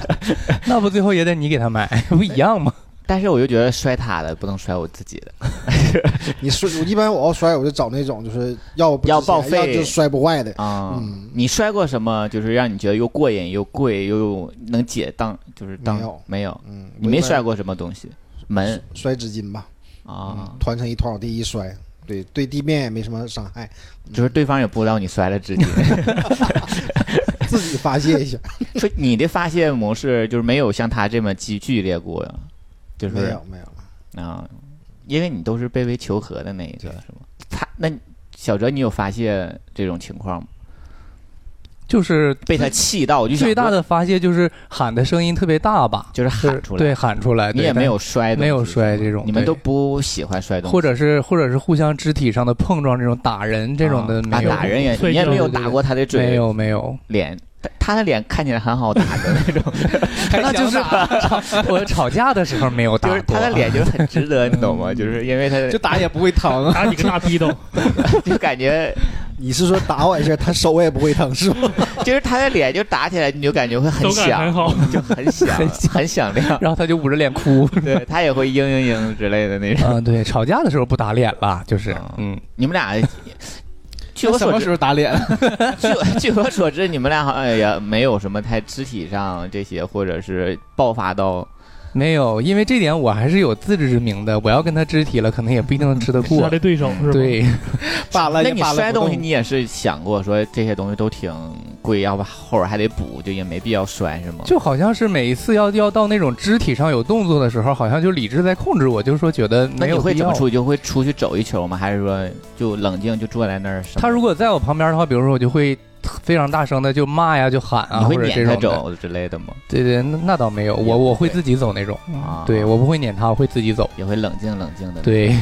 Speaker 5: 那不最后也得你给他 买，不一样吗？
Speaker 3: 但是我就觉得摔他的不能摔我自己的，
Speaker 6: 你摔，我一般我要摔，我就找那种就是要不值
Speaker 3: 要
Speaker 6: 钱
Speaker 3: 报废
Speaker 6: 要就摔不坏的。
Speaker 3: 啊、
Speaker 6: 嗯
Speaker 3: 你摔过什么？就是让你觉得又过瘾又贵又能解当，就是当
Speaker 6: 没有嗯，
Speaker 3: 你
Speaker 6: 我一
Speaker 3: 没
Speaker 6: 般
Speaker 3: 摔过什么东西？门
Speaker 6: 摔纸巾吧，
Speaker 3: 啊
Speaker 6: 嗯，，团成一团往地一摔，对对地面也没什么伤害，
Speaker 3: 就是对方也不知道你摔了自己。
Speaker 6: 自己发泄一下。
Speaker 3: 说你的发泄模式就是没有像他这么激剧烈过呀， 就是
Speaker 6: 没有没有，
Speaker 3: 啊，因为你都是卑微求和的那一个，是吗？他那小哲，你有发泄这种情况吗？
Speaker 5: 就是
Speaker 3: 被他气到，我就想
Speaker 5: 最大
Speaker 3: 说
Speaker 5: 的发泄就是喊的声音特别大吧，
Speaker 3: 就是
Speaker 5: 就是
Speaker 3: 喊出来，
Speaker 5: 对，喊出来，
Speaker 3: 你
Speaker 5: 对
Speaker 3: 也没
Speaker 5: 但
Speaker 3: 有摔，
Speaker 5: 没有摔这种
Speaker 3: 你们
Speaker 5: 对
Speaker 3: 都不喜欢摔东西，
Speaker 5: 或者是或者是互相肢体上的碰撞这种打人这种的
Speaker 3: 啊
Speaker 5: 没有，
Speaker 3: 啊打人也
Speaker 7: 所以
Speaker 3: 你也
Speaker 7: 就。
Speaker 3: 没有
Speaker 5: 对对
Speaker 3: 打过他的
Speaker 5: 没
Speaker 3: 嘴
Speaker 5: 有没有，
Speaker 3: 脸，但他的脸看起来很好 打的那种，
Speaker 5: 那就是 我吵架的时候没有打
Speaker 3: 就
Speaker 5: 过，
Speaker 3: 是他
Speaker 5: 啊
Speaker 3: 的脸就很
Speaker 5: 嗯
Speaker 3: 值得，你懂吗？就是因为他
Speaker 4: 就打也不会 疼
Speaker 7: 打几个大逼斗，
Speaker 3: 就感觉
Speaker 6: 你是说打我一下，他手也不会疼是 吗？
Speaker 3: 就是他的脸就打起来，你就感觉会很
Speaker 7: 手感
Speaker 3: 响
Speaker 7: 很，好。
Speaker 3: 就很响，
Speaker 5: 很响
Speaker 3: 很响亮。
Speaker 5: 然后他就捂着脸 哭。
Speaker 3: 对他也会嘤嘤嘤之类的那种。
Speaker 5: 啊，对，吵架的时候不打脸了，就是
Speaker 3: 啊，
Speaker 5: 嗯，
Speaker 3: 你们俩，据
Speaker 4: 那
Speaker 3: 我
Speaker 4: 什
Speaker 3: 所
Speaker 4: 么
Speaker 3: 知
Speaker 4: 时，候打脸？
Speaker 3: 据据我 所知，你们俩好像也没有什么太肢体上这些，或者是爆发 到
Speaker 5: 没有，因为这点我还是有自知之明的。我要跟他肢体了，可能也不一定能吃得
Speaker 7: 是他
Speaker 5: 过。
Speaker 7: 的对手是吧？，
Speaker 5: 对，
Speaker 4: 扒拉
Speaker 3: 那
Speaker 4: 也
Speaker 3: 你
Speaker 4: 扒拉
Speaker 3: 摔
Speaker 4: 不
Speaker 3: 东西，
Speaker 4: 动
Speaker 3: 你也是想过说这些东西都挺贵，要不后边还得补，就也没必要摔，是吗？
Speaker 5: 就好像是每一次要要到那种肢体上有动作的时候，好像就理智在控制我，就是说觉得
Speaker 3: 那
Speaker 5: 没
Speaker 3: 你
Speaker 5: 有
Speaker 3: 会
Speaker 5: 必
Speaker 3: 怎
Speaker 5: 要
Speaker 3: 么。处理？就会出去走一球吗？还是说就冷静就坐在那儿什么？
Speaker 5: 他如果在我旁边的话，比如说我就会非常大声的就骂呀，就喊啊，
Speaker 3: 你
Speaker 5: 或
Speaker 3: 会
Speaker 5: 者这
Speaker 3: 撵他
Speaker 5: 种的。
Speaker 3: 走之类的吗？
Speaker 5: 对对，那那倒没有，我我会自己走那种。
Speaker 7: 嗯
Speaker 3: 啊，
Speaker 5: 对，我不会撵他，我会自己走。
Speaker 3: 也会冷静冷静的。，
Speaker 5: 对，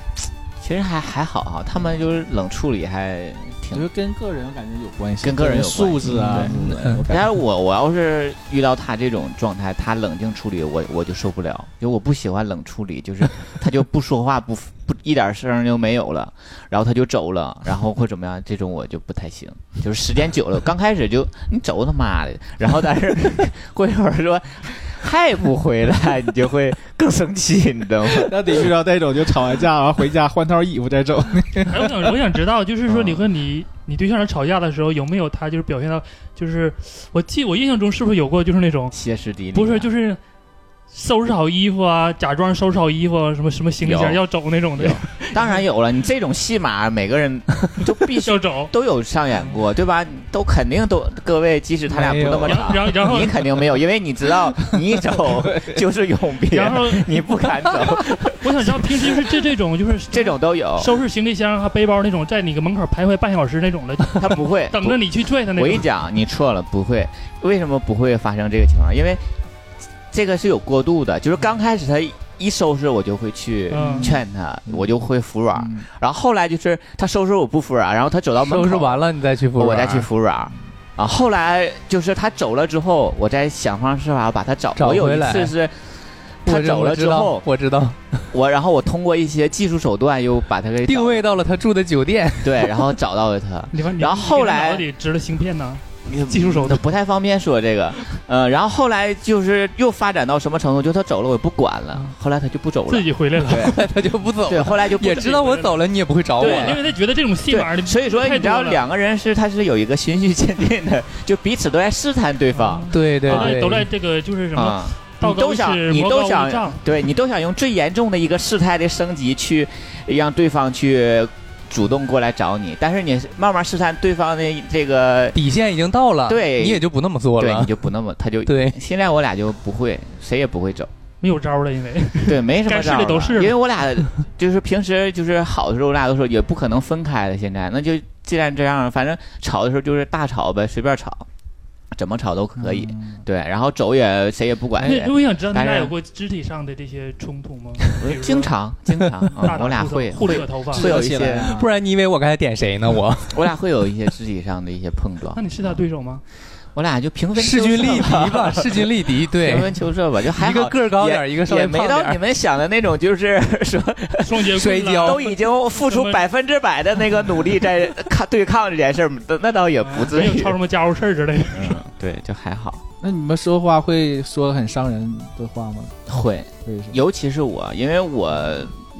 Speaker 3: 其实还还好哈，他们就是冷处理还
Speaker 4: 我
Speaker 3: 挺
Speaker 4: 觉得跟个人感觉有关系，
Speaker 3: 跟个人有关系
Speaker 4: 嗯
Speaker 3: 嗯
Speaker 4: 素质啊
Speaker 3: 对
Speaker 4: 什
Speaker 7: 嗯
Speaker 4: 么的。我感
Speaker 3: 但
Speaker 4: 觉
Speaker 3: 是我我要是遇到他这种状态，他冷静处理我我就受不了，因为我不喜欢冷处理，就是 他就不说话，不不一点声儿就没有了，然后他就走了，然后或怎么样，这种我就不太行。就是时间久了，刚开始就你走他妈的，然后但是过一会儿说还不回来，你就会更生气，你知道吗？
Speaker 4: 那得遇到那种就吵完架，然后回家换套衣服再走。
Speaker 7: 哎，我想我想知道，就是说
Speaker 3: 嗯
Speaker 7: 你和你你对象吵架的时候，有没有他就是表现到，就是我记我印象中是不是有过就是那种
Speaker 3: 歇斯底里啊，
Speaker 7: 不是就是收拾好衣服啊，假装收拾好衣服啊，什么什么行李箱
Speaker 3: 有
Speaker 7: 要走那种的
Speaker 3: 有，当然有了，你这种戏码每个人 都必须
Speaker 7: 要走。
Speaker 3: 都有上演过，对吧？都肯定都，各位，即使他俩不那么
Speaker 7: 然后
Speaker 3: 长，
Speaker 7: 然后然后
Speaker 3: 你肯定没有，因为你知道你一走就是永别
Speaker 7: 然，后
Speaker 3: 你不敢走，
Speaker 7: 我想知道平时就是这这种就是
Speaker 3: 这种都有。
Speaker 7: 收拾行李箱和啊背包那种，在你门口徘徊半小时那种的，
Speaker 3: 他 不会，
Speaker 7: 等着你去拽他那
Speaker 3: 我一
Speaker 7: 种。
Speaker 3: 讲你错了，不会。为什么不会发生这个情况？因为这个是有过渡的，就是刚开始他一收拾，我就会去
Speaker 7: 嗯
Speaker 3: 劝他，我就会服软。然后后来就是他收拾我不服软，然后他走到门口
Speaker 5: 收拾完了你再去服
Speaker 3: 我
Speaker 5: 软
Speaker 3: 再去服软。啊，后来就是他走了之后，我再想方设法把他找。
Speaker 5: 找
Speaker 3: 我有
Speaker 5: 回
Speaker 3: 一
Speaker 5: 来
Speaker 3: 次是
Speaker 5: 我
Speaker 3: 他
Speaker 5: 知
Speaker 3: 走
Speaker 5: 我
Speaker 3: 了
Speaker 5: 知
Speaker 3: 之
Speaker 5: 道
Speaker 3: 后，
Speaker 5: 我知道
Speaker 3: 我然后我通过一些技术手段又把他给
Speaker 5: 定
Speaker 3: 找
Speaker 5: 位到了他住的酒店，
Speaker 3: 对，然后找到了他。
Speaker 7: 你看你
Speaker 3: 然后后来
Speaker 7: 你脑子里植了芯片呢，技术手段。
Speaker 3: 不太方便说这个，呃，然后后来就是又发展到什么程度，就他走了我也不管了，后来他就不走了
Speaker 7: 自，己回来了。
Speaker 3: 对
Speaker 5: 他就不啊走
Speaker 3: 对，
Speaker 5: 了。
Speaker 3: 后来就不
Speaker 5: 也
Speaker 3: 走
Speaker 5: 知道我走了，你也不会找我
Speaker 7: 对，因
Speaker 5: 了。
Speaker 7: 为他觉得这种戏码
Speaker 3: 对，
Speaker 7: 的，
Speaker 3: 所以说你知道两个人是他是有一个循序渐进的，就彼此都在试探对方
Speaker 5: 对对
Speaker 7: 都在
Speaker 5: 对，
Speaker 7: 啊都在这个就是什么
Speaker 3: 啊。你
Speaker 7: 道高
Speaker 3: 都
Speaker 7: 一
Speaker 3: 想
Speaker 7: 尺，，
Speaker 3: 你
Speaker 7: 魔
Speaker 3: 都
Speaker 7: 高
Speaker 3: 想
Speaker 7: 一丈。
Speaker 3: 对你都想用最严重的一个事态的升级去让对方去主动过来找你，但是你慢慢试探对方的这个，
Speaker 5: 底线已经到了，
Speaker 3: 对
Speaker 5: 你也就不那么做
Speaker 3: 对你
Speaker 5: 了。
Speaker 3: 就不那么，他就
Speaker 5: 对，
Speaker 3: 现在我俩就不会，谁也不会走，
Speaker 7: 没有招了，因为
Speaker 3: 对，没什么
Speaker 7: 该是
Speaker 3: 招
Speaker 7: 的
Speaker 3: 儿
Speaker 7: 都
Speaker 3: 了
Speaker 7: 是
Speaker 3: 因
Speaker 7: 嘛
Speaker 3: 为我俩就是平时就是好的时候，我俩都说也不可能分开的，现在那就既然这样，反正吵的时候就是大吵呗，随便吵，怎么吵都可以，对，然后走也谁也不管谁
Speaker 7: 那，我想知道你
Speaker 3: 但
Speaker 7: 俩
Speaker 3: 是
Speaker 7: 有过肢体上的这些冲突吗？比如说
Speaker 3: 经常经常，
Speaker 7: 大
Speaker 3: 嗯
Speaker 7: 打
Speaker 3: 我俩
Speaker 7: 互
Speaker 3: 会
Speaker 7: 扯互
Speaker 3: 会
Speaker 7: 扯头发。
Speaker 3: 会有一些，
Speaker 5: 不然你以为我刚才点谁呢？我
Speaker 3: 我俩会有一些肢体上的一些碰撞
Speaker 7: 那，你是他对手吗？
Speaker 3: 我俩就平分
Speaker 5: 势
Speaker 3: 秋
Speaker 5: 均
Speaker 3: 色
Speaker 5: 力敌
Speaker 3: 吧，
Speaker 5: 吧， 势均力敌。
Speaker 3: 平
Speaker 5: 对，
Speaker 3: 分秋色吧，就还
Speaker 5: 一个
Speaker 3: 好。
Speaker 5: 个儿高点儿，一个稍微
Speaker 3: 也没
Speaker 5: 胖点
Speaker 3: 到你
Speaker 5: 儿。
Speaker 3: 们想的那种，就是 说
Speaker 7: 双截
Speaker 5: 摔
Speaker 7: 棍啊啦
Speaker 5: 跤
Speaker 3: 都已经付
Speaker 7: 什
Speaker 3: 出
Speaker 5: 嗯
Speaker 7: 么
Speaker 3: 百分之百的那个努力在抗对抗这件事儿，那倒也不至
Speaker 7: 没有
Speaker 3: 于
Speaker 7: 吵。什么家伙事儿之 类的。
Speaker 3: 嗯，对，就还好。
Speaker 4: 那你们说话会说很伤人的话吗？
Speaker 3: 会，
Speaker 4: 为什么？
Speaker 3: 尤其是我，因为我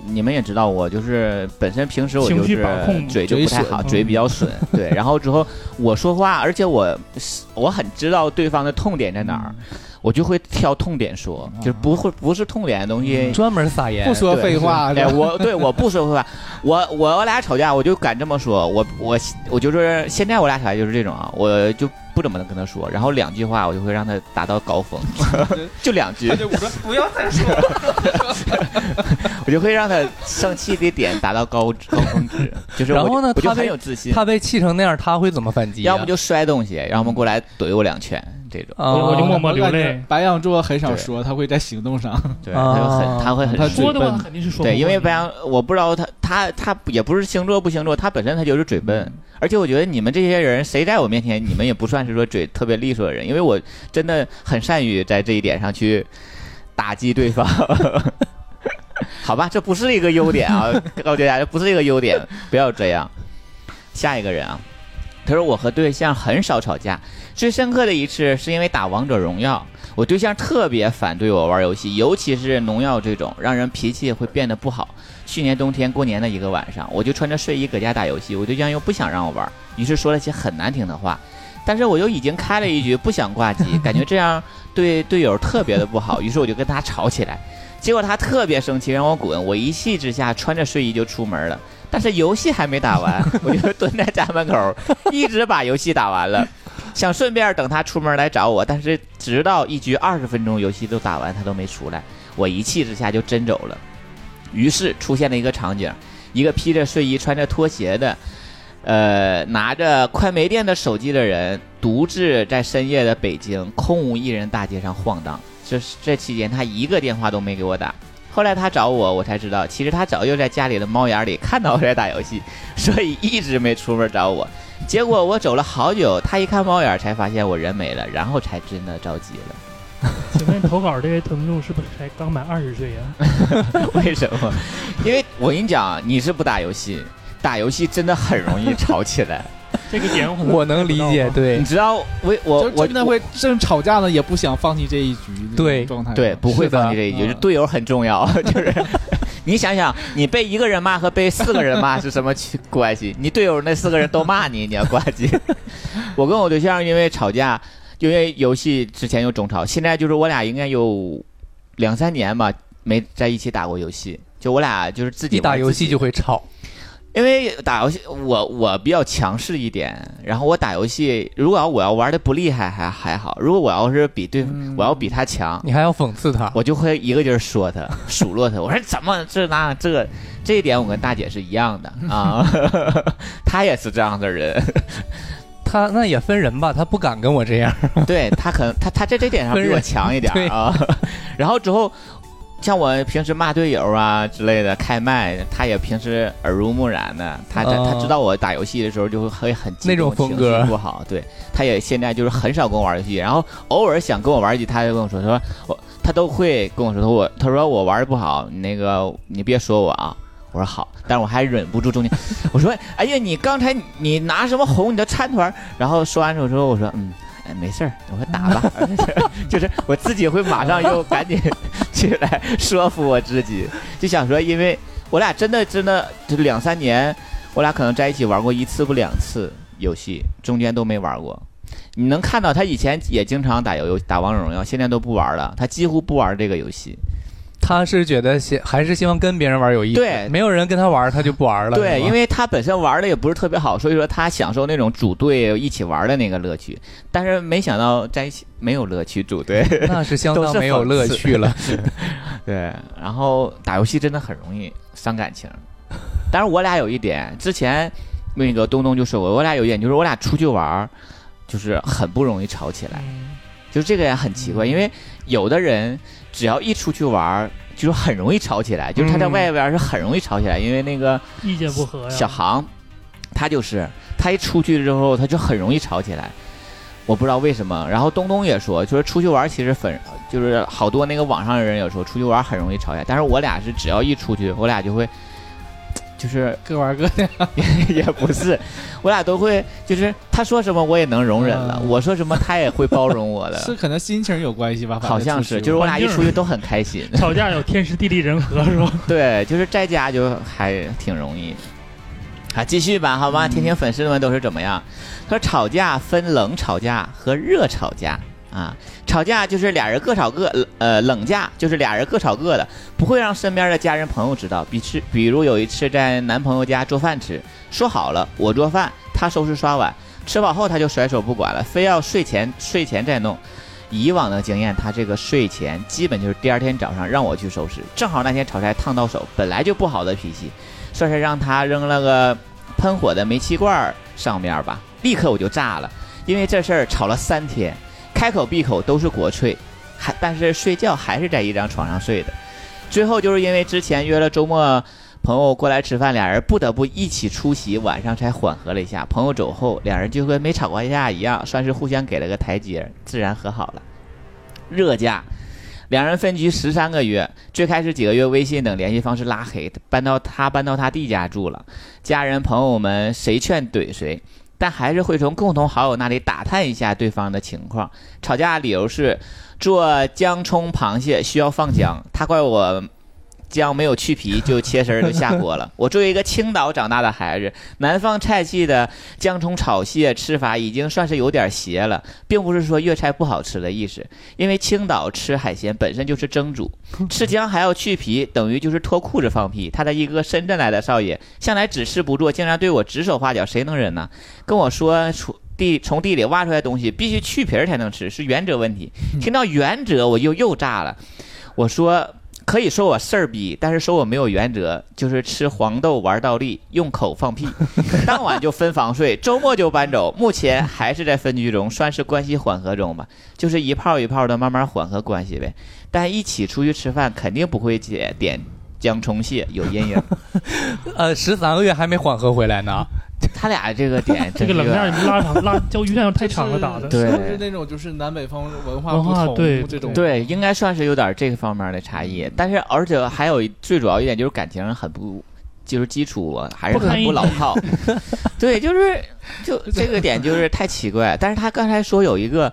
Speaker 3: 你们也知道，我就是本身平时我就
Speaker 7: 情绪
Speaker 3: 是
Speaker 7: 把控
Speaker 3: 嘴就不太好，
Speaker 7: 嘴损嗯
Speaker 3: 嘴比较损， 对。然后之后我说话，而且我我很知道对方的痛点在哪儿，
Speaker 7: 嗯
Speaker 3: 我就会挑痛点说，
Speaker 7: 啊
Speaker 3: 就不会不是痛点的东
Speaker 7: 嗯
Speaker 3: 西
Speaker 5: 专门撒盐，
Speaker 4: 不说
Speaker 3: 对
Speaker 4: 废话，
Speaker 3: 哎，我对我不说废话，我我俩吵架，我就敢这么说，我我我就是现在我俩吵架就是这种啊，我就不怎么能跟他说，然后两句话我就会让他达到高 峰，就两句，
Speaker 4: 我说不要再说，
Speaker 3: 我就会让他生气的点达到高高峰 值，就是我
Speaker 5: 然后呢
Speaker 3: 我就
Speaker 5: 他被
Speaker 3: 很有自信，
Speaker 5: 他被气成那样，他会怎么反击啊？
Speaker 3: 要么就摔东西，要么过来怼我两拳，这种，
Speaker 5: 啊，
Speaker 7: 我就默默流泪。
Speaker 4: 白羊座很少说，他会在行动上。
Speaker 3: 对，他就很
Speaker 5: 啊
Speaker 3: 他会很
Speaker 4: 他
Speaker 3: 爽
Speaker 7: 说的
Speaker 4: 嘴
Speaker 7: 话
Speaker 4: 笨
Speaker 7: 肯定是说不过
Speaker 3: 对，
Speaker 7: 你。
Speaker 3: 因为白羊，我不知道他他他也不是星座不星座，他本身他就是
Speaker 7: 嗯
Speaker 3: 嘴笨，而且我觉得你们这些人谁在我面前，你们也不算是说嘴特别利索的人，因为我真的很善于在这一点上去打击对方。 好吧，这不是一个优点啊，告诫大家，这不是一个优点，不要这样。下一个人啊，他说我和对象很少吵架，最深刻的一次是因为打王者荣耀，我对象特别反对我玩游戏，尤其是农药这种让人脾气会变得不好。去年冬天过年的一个晚上，我就穿着睡衣搁家打游戏，我对象又不想让我玩，于是说了些很难听的话。但是我又已经开了一局不想挂机，感觉这样对队友特别的不好，于是我就跟他吵起来。结果他特别生气，让我滚。我一气之下穿着睡衣就出门了，但是游戏还没打完，我就蹲在家门口，一直把游戏打完了，想顺便等他出门来找我，但是直到一局二十分钟游戏都打完，他都没出来，我一气之下就真走了。于是出现了一个场景，一个披着睡衣、穿着拖鞋的，呃，拿着快没电的手机的人，独自在深夜的北京空无一人大街上晃荡。这这期间，他一个电话都没给我打。后来他找我，我才知道，其实他早就在家里的猫眼里看到我在打游戏，所以一直没出门找我。结果我走了好久，他一看猫眼，才发现我人没了，然后才真的着急 了。
Speaker 7: 请问投稿这位听众是不是才刚满二十岁啊呀、
Speaker 3: 为什么？因为我跟你讲，啊你是不打游戏，打游戏真的很容易吵起来。
Speaker 7: 这个点我可能
Speaker 5: 我能理解，对
Speaker 3: 你知道，我我
Speaker 4: 就
Speaker 3: 我
Speaker 4: 真的会正吵架呢，也不想放弃这一局，
Speaker 5: 对
Speaker 4: 状态
Speaker 3: 对，不会
Speaker 5: 哎是的
Speaker 3: 放弃这一局，
Speaker 4: 嗯
Speaker 3: 就队友很重 要，就是。 你想想，你被一个人骂和被四个人 骂是什么区关系？你队友那四个人都骂你，你要挂 机。我跟我对象因为吵架，因为游戏之前有争吵，现在就是我俩应该有两三年吧，没在一起打过游戏。就我俩就是自己
Speaker 5: 一打
Speaker 3: 玩
Speaker 5: 游
Speaker 3: 自己
Speaker 5: 戏就会吵，
Speaker 3: 因为打游戏，我我比较强势一点，然后我打游戏，如果要我要玩的不厉害还还好，如果我要是比对，
Speaker 5: 嗯
Speaker 3: 我要比他强，
Speaker 5: 你还要讽刺他。
Speaker 3: 我就会一个劲儿说他，数落他，我说怎么这那这，这一点我跟大姐是一样的啊， 她也是这样的人，
Speaker 5: 他那也分人吧，他不敢跟我这样。
Speaker 3: 对她可能她她在这点上比
Speaker 5: 分
Speaker 3: 我
Speaker 5: 人
Speaker 3: 强一点儿啊， 然后之后。像我平时骂队友啊之类的开麦，她也平时耳濡目染的，她她她
Speaker 5: 哦
Speaker 3: 知道我打游戏的时候就会会很激
Speaker 5: 那种
Speaker 3: 动情
Speaker 5: 风格
Speaker 3: 绪不好，对，她也现在就是很少跟我玩游戏，然后偶尔想跟我玩一局，她就跟我说，她说我她都会跟我说，她说我她说我玩的不好，你那个你别说我啊。我说好，但是我还忍不住中间， 我说，哎呀，你刚才你拿什么红你的参团？然后说完之后之后，我说，嗯，哎，没事儿，我说打 吧， 就是我自己会马上又赶紧起来说服我自己，就想说，因为我俩真的真的就是两三年，我俩可能在一起玩过一次不两次游戏，中间都没玩过。你能看到他以前也经常打游游打王者荣耀，现在都不玩了，他几乎不玩这个游戏。
Speaker 5: 他是觉得希还是希望跟别人玩有意思，
Speaker 3: 对
Speaker 5: 没有人跟他玩，他就不玩了。
Speaker 3: 对，
Speaker 5: 是吧
Speaker 3: 因为他本身玩的也不是特别好，所以说他享受那种组队一起玩的那个乐趣。但是没想到在一起没有乐趣，组队
Speaker 5: 那是相
Speaker 3: 都
Speaker 5: 当
Speaker 3: 是
Speaker 5: 没有乐趣了。
Speaker 3: 对，然后打游戏真的很容易伤感情。但是我俩有一点，之前那个东东就说过，我俩有一点就是我俩出去玩儿，就是很不容易吵起来，就这个也很奇怪，因为有的人只要一出去玩儿，就是很容易吵起来，就是他在
Speaker 5: 嗯
Speaker 3: 外边儿是很容易吵起来，因为那个
Speaker 7: 意见不哎合呀、
Speaker 3: 小航，他就是他一出去之后，他就很容易吵起来。我不知道为什么，然后东东也说，就是出去玩其实粉，就是好多那个网上的人也说出去玩很容易吵架，但是我俩是只要一出去，我俩就会，就是
Speaker 4: 各玩各的。
Speaker 3: 也不是，我俩都会就是他说什么我也能容忍了，
Speaker 4: 嗯
Speaker 3: 我说什么他也会包容我
Speaker 4: 是
Speaker 3: 了，
Speaker 4: 可能心情有关系吧，
Speaker 3: 好像是，就是
Speaker 4: 我
Speaker 3: 我俩一出去都很开 心，
Speaker 7: 吵架有天时地利人和是吧？
Speaker 3: 对，就是在家就还挺容易。啊，继续吧，好吗？听听粉丝们都是怎么样。他说吵架分冷吵架和热吵架啊，吵架就是俩人各吵各，呃，冷架就是俩人各吵各的，不会让身边的家人朋友知道。比吃，比如有一次在男朋友家做饭吃，说好了我做饭，他收拾刷碗，吃饱后他就甩手不管了，非要睡前睡前再弄。以往的经验，他这个睡前基本就是第二天早上让我去收拾，正好那天炒菜烫到手，本来就不好的脾气，算是让他扔了个喷火的煤气罐儿上面吧，立刻我就炸了，因为这事儿吵了三天，开口闭口都是国粹，还但是睡觉还是在一张床上睡的，最后就是因为之前约了周末。朋友过来吃饭，俩人不得不一起出席，晚上才缓和了一下。朋友走后，两人就跟没吵过架一样，算是互相给了个台阶，自然和好了。热架，两人分居十三个月，最开始几个月微信等联系方式拉黑，搬到他搬到他弟家住了，家人朋友们谁劝怼谁，但还是会从共同好友那里打探一下对方的情况。吵架理由是做姜冲螃蟹需要放姜，他怪我。姜没有去皮就切丝儿就下锅了。我作为一个青岛长大的孩子，南方菜系的姜葱炒蟹吃法已经算是有点邪了，并不是说粤菜不好吃的意思，因为青岛吃海鲜本身就是蒸煮，吃姜还要去皮，等于就是脱裤子放屁。他的一个深圳来的少爷，向来只吃不做，竟然对我指手画脚，谁能忍呢？跟我说出。地从地里挖出来的东西必须去皮儿才能吃，是原则问题。听到原则我又又炸了，我说可以说我事儿逼，但是说我没有原则，就是吃黄豆玩倒立，用口放屁。当晚就分房睡，周末就搬走。目前还是在分居中，算是关系缓和中吧，就是一泡一泡的慢慢缓和关系呗。但一起出去吃饭，肯定不会点点姜虫蟹，有阴影。
Speaker 5: 呃，十三个月还没缓和回来呢。
Speaker 3: 他俩这个点
Speaker 7: 这
Speaker 3: 真
Speaker 7: 个
Speaker 3: 是有
Speaker 7: 冷战
Speaker 3: 点，
Speaker 7: 你们拉长拉交鱼战太长了打的。
Speaker 3: 对
Speaker 4: 是不是那种就是南北方文化
Speaker 7: 文
Speaker 4: 不
Speaker 7: 化
Speaker 4: 同
Speaker 7: 对
Speaker 4: 这种？
Speaker 3: 对，应该算是有点这个方面的差
Speaker 7: 嗯
Speaker 3: 异。但是而且还有一最主要一点就是感情很不。就是基础还是
Speaker 7: 不堪
Speaker 3: 很
Speaker 7: 一
Speaker 3: 不
Speaker 7: 击
Speaker 3: 牢 靠，对，就是就这个点就是太奇怪。但是他刚才说有一个，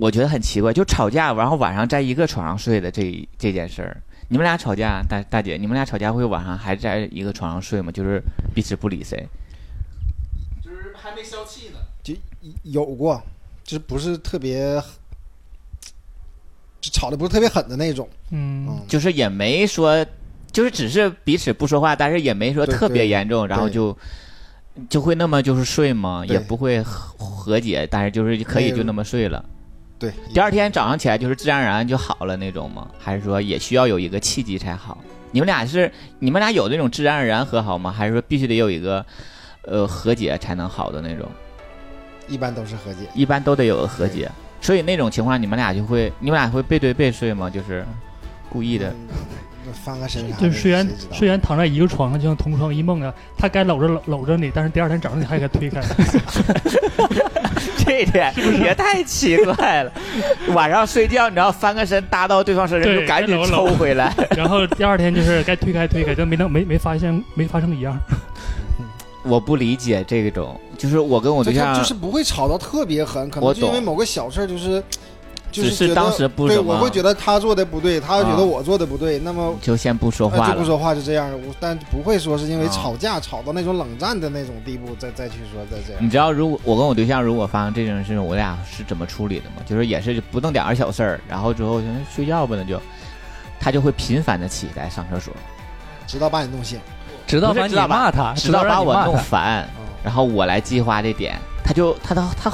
Speaker 3: 我觉得很奇怪，就吵架然后晚上在一个床上睡的这这件事儿。你们俩吵架，大大姐，你们俩吵架会晚上还在一个床上睡吗？就是彼此不理谁？
Speaker 4: 就是还没消气呢。
Speaker 6: 就有过，就是不是特别，就吵的不是特别狠的那种。
Speaker 7: 嗯，
Speaker 6: 嗯，
Speaker 3: 就是也没说，就是只是彼此不说话，但是也没说
Speaker 6: 对
Speaker 3: 特别
Speaker 6: 对
Speaker 3: 严重，然后
Speaker 6: 对
Speaker 3: 就就会那么就是睡吗？
Speaker 6: 对
Speaker 3: 也不会和和解，但是就是可以
Speaker 6: 没
Speaker 3: 就那么睡了。
Speaker 6: 对，
Speaker 3: 第二天早上起来就是自然而然就好了那种吗？还是说也需要有一个契机才好？你们俩是你们俩有那种自然而然和好吗？还是说必须得有一个呃和解才能好的那种？
Speaker 6: 一般都是和解。
Speaker 3: 一般都得有个和解，所以那种情况你们俩就会你们俩会背对背睡吗？就是故意的。
Speaker 6: 嗯，那翻个身啥
Speaker 7: 就
Speaker 6: 的，
Speaker 7: 是虽然
Speaker 6: 谁知道
Speaker 7: 虽然躺在一个床上，就像同床异梦啊，他该搂着搂搂着你，但是第二天早上你还给他推开，
Speaker 3: 这一点也太奇怪 了。晚上睡觉，你知道翻个身搭到对方身上，
Speaker 7: 对
Speaker 3: 就赶紧抽回来。
Speaker 7: 然后第二天就是该推开推开，就没能没没发现没发生一样。
Speaker 3: 我不理解这种，啊就是我跟我
Speaker 6: 就
Speaker 3: 对象
Speaker 6: 他就是不会吵到特别狠，可
Speaker 3: 我
Speaker 6: 能就因为
Speaker 3: 懂
Speaker 6: 某个小事儿，就是就
Speaker 3: 只是
Speaker 6: 觉得
Speaker 3: 当时不
Speaker 6: 对，
Speaker 3: 怎么啊
Speaker 6: 我会觉得他做的不对，他觉得我做的不对，那么。
Speaker 3: 就先不说
Speaker 6: 呃
Speaker 3: 话
Speaker 6: 就不
Speaker 3: 了。
Speaker 6: 说话，就这样。我但不会说是因为
Speaker 3: 啊
Speaker 6: 吵架吵到那种冷战的那种地步，再再去说再这样。
Speaker 3: 你知道，如果我跟我对象如果发生这种事，我俩是怎么处理的吗？就是也是不弄点儿小事儿，然后之后就睡觉吧，那就他就会频繁的起来上厕所，
Speaker 6: 直到把你弄醒，
Speaker 5: 直啊到把你骂他，
Speaker 3: 直到
Speaker 5: 让
Speaker 3: 把
Speaker 5: 你
Speaker 3: 我
Speaker 5: 骂
Speaker 3: 弄
Speaker 5: 他。
Speaker 3: 烦，
Speaker 6: 嗯
Speaker 3: 然后我来激发这点，他就他他他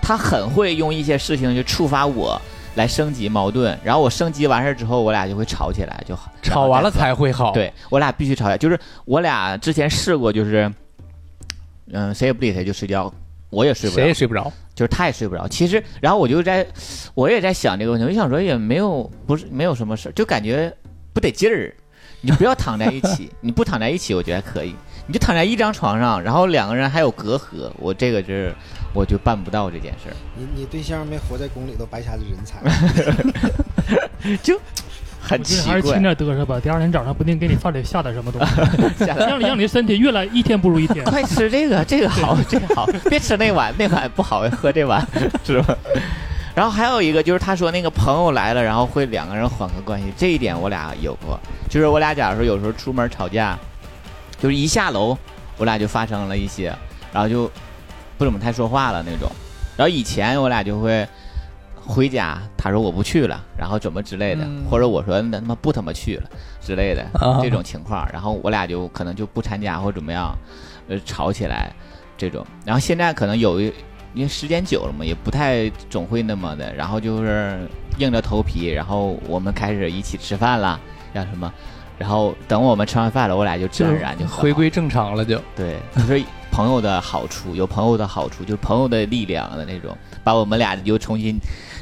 Speaker 3: 他很会用一些事情就触发我来升级矛盾，然后我升级完事儿之后，我俩就会吵起来，就好
Speaker 5: 吵完了才会好。，
Speaker 3: 对我俩必须吵架，就是我俩之前试过，就是嗯、谁也不理谁就睡觉，我也睡不
Speaker 5: 谁
Speaker 3: 着
Speaker 5: 也，睡不着。
Speaker 3: 就是他也睡不着。其实，然后我就在我也在想这个问题，我就想说也没有不是没有什么事儿，就感觉不得劲儿。你不要躺在一起， 你不躺在一起，我觉得还可以，你就躺在一张床上，然后两个人还有隔阂，我这个是我就办不到这件事儿，
Speaker 6: 你你对象没活在宫里，都白瞎这人 才。
Speaker 3: 很
Speaker 7: 我觉得
Speaker 3: 奇
Speaker 7: 还是
Speaker 3: 怪
Speaker 7: 轻。点嘚瑟吧，第二天早上不定给你饭里下点什么东西，
Speaker 3: 下来
Speaker 7: 让你让你的身体越来一天不如一 天。
Speaker 3: 快吃这个，这个好，这个好，别吃那碗，那碗不好，喝这碗， 是吧？然后还有一个就是他说那个朋友来了，然后会两个人缓和关系，这一点我俩有过，就是我俩假如说有时候出门吵架，就是一下楼我俩就发生了一些，然后就不怎么太说话了那种。然后以前我俩就会回家，他说我不去了，然后怎么之类的，
Speaker 5: 嗯
Speaker 3: 或者我说那他妈不他妈去了之类的
Speaker 5: 啊
Speaker 3: 这种情况，然后我俩就可能就不参加或者怎么样，呃，吵起来这种。然后现在可能有一。因为时间久了嘛，也不太总会那么的，然后就是硬着头皮，然后我们开始一起吃饭了，叫什么，然后等我们吃完饭了，我俩就自然而然就和好
Speaker 5: 回归正常了就。
Speaker 3: 对， 就是朋友的好处，有朋友的好处，就是朋友的力量的那种，把我们俩又重新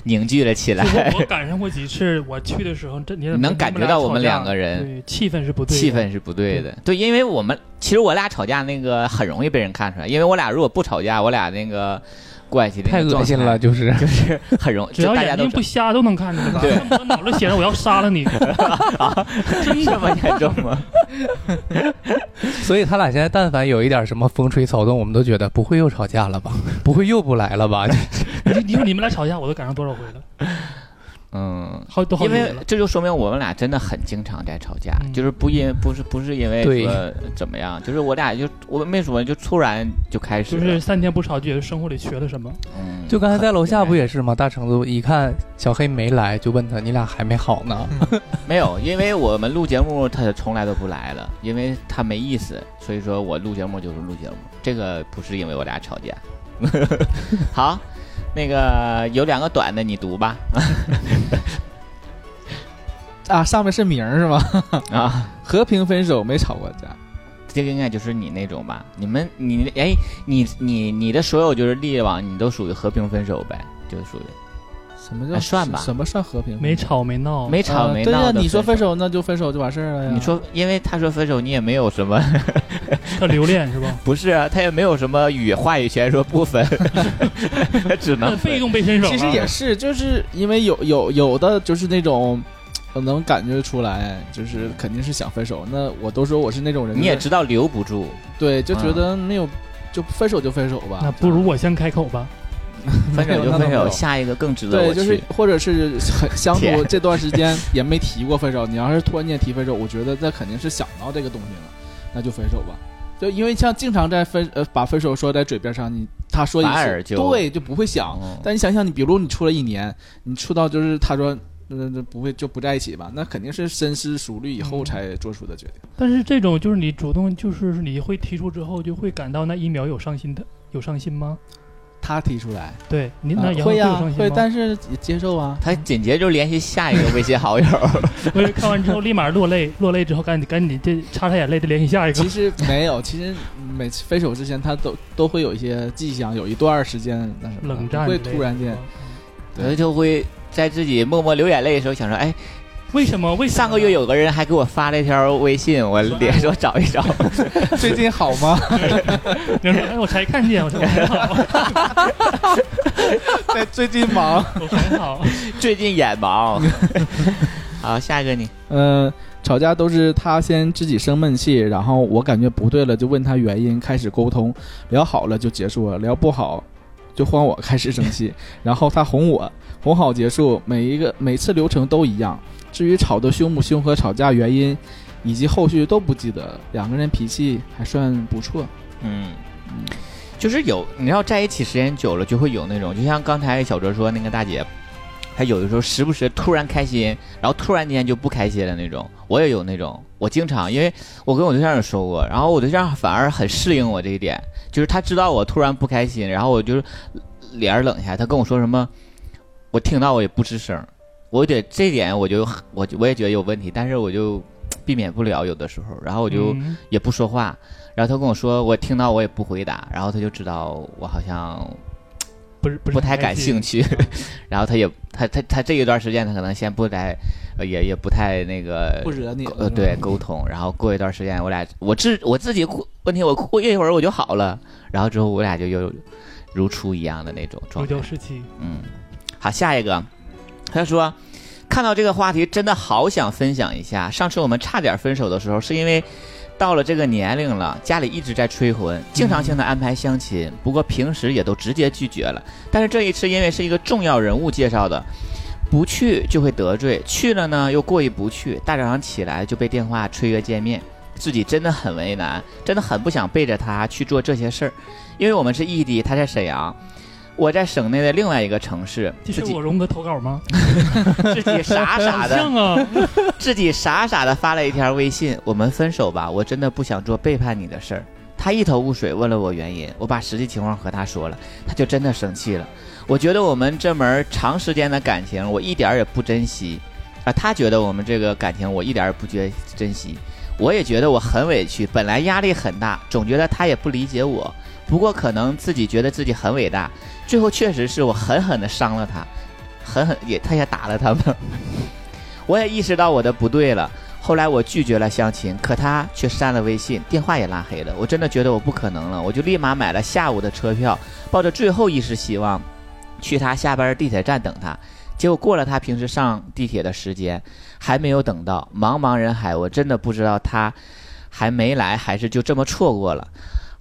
Speaker 3: 凝聚了起来
Speaker 7: 就。我我赶上过几次，我去的时候，这你
Speaker 3: 能感觉到我们两个人
Speaker 7: 对气氛是不对的，
Speaker 3: 气氛是不对的，对，因为我们其实我俩吵架那个很容易被人看出来，因为我俩如果不吵架，我俩那个怪气的
Speaker 5: 太
Speaker 3: 那个
Speaker 5: 恶
Speaker 3: 状态
Speaker 5: 心了，，就是
Speaker 3: 就是很容易，
Speaker 7: 只
Speaker 3: 就
Speaker 7: 要
Speaker 3: 大家
Speaker 7: 眼
Speaker 3: 都
Speaker 7: 睛
Speaker 3: 知道
Speaker 7: 不瞎都能看出来。
Speaker 3: 对
Speaker 7: 恨不得脑子写着我要杀了你，
Speaker 3: 这么严重吗？
Speaker 5: 所以他俩现在但凡有一点什么风吹草动，我们都觉得不会又吵架了吧？不会又不来了吧？
Speaker 7: 你你说你们俩吵架我都赶上多少回了？
Speaker 3: 嗯，
Speaker 7: 好都好
Speaker 3: 因
Speaker 7: 几
Speaker 3: 为
Speaker 7: 年了。
Speaker 3: 这就说明我们俩真的很经常在吵架，
Speaker 7: 嗯
Speaker 3: 就是不因不是不是因为
Speaker 5: 对
Speaker 3: 说怎么样，就是我俩就我没说就突然就开始
Speaker 7: 就
Speaker 3: 了，
Speaker 7: 是三天不吵，就觉得生活里缺了什么。
Speaker 3: 嗯
Speaker 5: 就刚才在楼下不也是吗？大橙子一看小黑没来，就问他你俩还没好呢？
Speaker 7: 嗯
Speaker 3: 没有，因为我们录节目他从来都不来了，因为他没意思，所以说我录节目就是录节目，这个不是因为我俩吵架。 好，那个有两个短的你读吧
Speaker 4: 啊，上面是名儿是吗？
Speaker 3: 啊。
Speaker 4: 和平分手没吵过架，
Speaker 3: 这个应该就是你那种吧？你们你哎，你你你的所有就是列往，你都属于和平分手呗，就是属于
Speaker 4: 什么叫
Speaker 3: 哎算吧
Speaker 4: 什么算和平？
Speaker 7: 没吵没闹，
Speaker 3: 没吵
Speaker 4: 啊
Speaker 3: 没
Speaker 4: 对
Speaker 3: 闹、
Speaker 4: 呀、
Speaker 3: 的
Speaker 4: 你说
Speaker 3: 分
Speaker 4: 分，手那就分手就完事儿了呀。
Speaker 3: 你说因为他说分手，你也没有什么，
Speaker 7: 他留恋是吧？
Speaker 3: 不是啊他也没有什么语话语权说不分， 他只能
Speaker 7: 那
Speaker 3: 分
Speaker 7: 被动被伸手了，啊
Speaker 4: 其实也是，就是因为有有有的就是那种。我能感觉出来，就是肯定是想分手。那我都说我是那种人，
Speaker 3: 嗯你也
Speaker 4: 就是
Speaker 3: 知道留不住，
Speaker 4: 对，就觉
Speaker 3: 嗯
Speaker 4: 得没有，就分手就分手吧。
Speaker 7: 那不如我先开口吧。
Speaker 3: 分手就
Speaker 4: 嗯没有那
Speaker 3: 分
Speaker 4: 倒没
Speaker 3: 手，
Speaker 4: 有
Speaker 3: 下一个更值得
Speaker 4: 对，
Speaker 3: 我
Speaker 4: 就是
Speaker 3: 去。
Speaker 4: 或者是相处
Speaker 3: 天
Speaker 4: 这段时间也没提过分手。你要是突然间提分手，我觉得那肯定是想到这个东西了，那就分手吧。就因为像经常在分呃把分手说在嘴边上，你他说一
Speaker 3: 反而
Speaker 4: 次，
Speaker 3: 就
Speaker 4: 对就不会想。
Speaker 3: 哦
Speaker 4: 但你想想，你比如你处了一年，你处到就是他说。嗯那那不会就不在一起吧？那肯定是深思熟虑以后
Speaker 7: 嗯
Speaker 4: 才做出的决定。
Speaker 7: 但是这种就是你主动，就是你会提出之后，就会感到那一秒有伤心的，有伤心吗？
Speaker 4: 他提出来，
Speaker 7: 对，你
Speaker 4: 啊
Speaker 7: 哎那杨
Speaker 4: 会
Speaker 7: 有
Speaker 4: 呀、
Speaker 7: 伤心
Speaker 4: 会，
Speaker 7: 吗？
Speaker 4: 但是也接受 啊。
Speaker 3: 他紧接着就联系下一个微信 好友，
Speaker 7: 我是看完之后立马落泪，落泪之后赶紧赶紧这擦擦眼泪，再联系下一个
Speaker 4: 其。实没有，其实每次分手之前，他都都会有一些迹象，有一段时间那什么的，
Speaker 7: 冷
Speaker 4: 不
Speaker 7: 战之
Speaker 4: 会
Speaker 7: 类的
Speaker 4: 突然间。，
Speaker 3: 他就会在自己默默流眼泪的时候想说，哎，
Speaker 7: 为什么？为什么
Speaker 3: 上个月有个人还给我发了一条微信，我连说找一找。
Speaker 4: 最近哎好吗？
Speaker 7: 人 说，哎，我才看见，我说我很好，
Speaker 4: 在最近忙。
Speaker 7: 我很好。
Speaker 3: 最近眼盲。 好，下一个你。
Speaker 4: 嗯、吵架都是他先自己生闷气，然后我感觉不对了，就问他原因，开始沟通，聊好了就结束了，聊不好。就换我开始生气，然后他哄我，哄好结束，每一个 每次流程都一样。至于吵得凶不凶和吵架原因，以及后续都不记得了。两个人脾气还算不错，
Speaker 3: 嗯，就是有，你要在一起时间久了，就会有那种，就像刚才小哲说那个大姐，她有的时候时不时突然开心，然后突然间就不开心了那种。我也有那种，我经常因为我跟我对象也说过，然后我对象反而很适应我这一点，就是他知道我突然不开心，然后我就是脸儿冷下，他跟我说什么，我听到我也不吱声，我得这点我就我我也觉得有问题，但是我就避免不了有的时候，然后我就。
Speaker 7: 嗯
Speaker 3: 也不说话。然后他跟我说，我听到我也不回答，然后他就知道我好像
Speaker 7: 不是不是
Speaker 3: 不太感兴趣。 然后他也他他他这一段时间，他可能先不太，呃也也不太那个
Speaker 4: 不惹你了。
Speaker 3: 呃对沟通。然后过一段时间，我俩我自我自己哭问题，我哭一会儿我就好了。然后之后我俩就又如初一样的那种状
Speaker 7: 如
Speaker 3: 态
Speaker 7: 胶。似漆。
Speaker 3: 嗯，好，下一个，他说。看到这个话题，真的好想分享一下。上次我们差点分手的时候，是因为到了这个年龄了，家里一直在催婚，经常性的安排相亲，不过平时也都直接拒绝了。但是这一次，因为是一个重要人物介绍的，不去就会得罪，去了呢又过意不去。大早上起来就被电话催约见面，自己真的很为难，真的很不想背着他去做这些事儿，因为我们是异地，他在沈阳。我在省内的另外一个城市，
Speaker 7: 这
Speaker 3: 自
Speaker 7: 是
Speaker 3: 己
Speaker 7: 我荣哥投稿吗？
Speaker 3: 自己傻傻
Speaker 7: 好
Speaker 3: 的，
Speaker 7: 像啊，
Speaker 3: 自己傻傻的发了一条微信：“我们分手吧，我真的不想做背叛你的事儿。”他一头雾水，问了我原因，我把实际情况和他说了，他就真的生气了。我觉得我们这门长时间的感情，我一点儿也不珍惜，啊，他觉得我们这个感情我一点儿也不觉珍惜，我也觉得我很委屈，本来压力很大，总觉得他也不理解我。不过可能自己觉得自己很伟大，最后确实是我狠狠的伤 了他，狠狠也他也打了他们。我也意识到我的不对了，后来我拒绝了相亲，可他却删了微信，电话也拉黑了。我真的觉得我不可能了，我就立马买了下午的车票，抱着最后一丝希望，去他下班地铁站等他。结果过了他平时上地铁的时间，还没有等到，茫茫人海，我真的不知道他还没来，还是就这么错过了。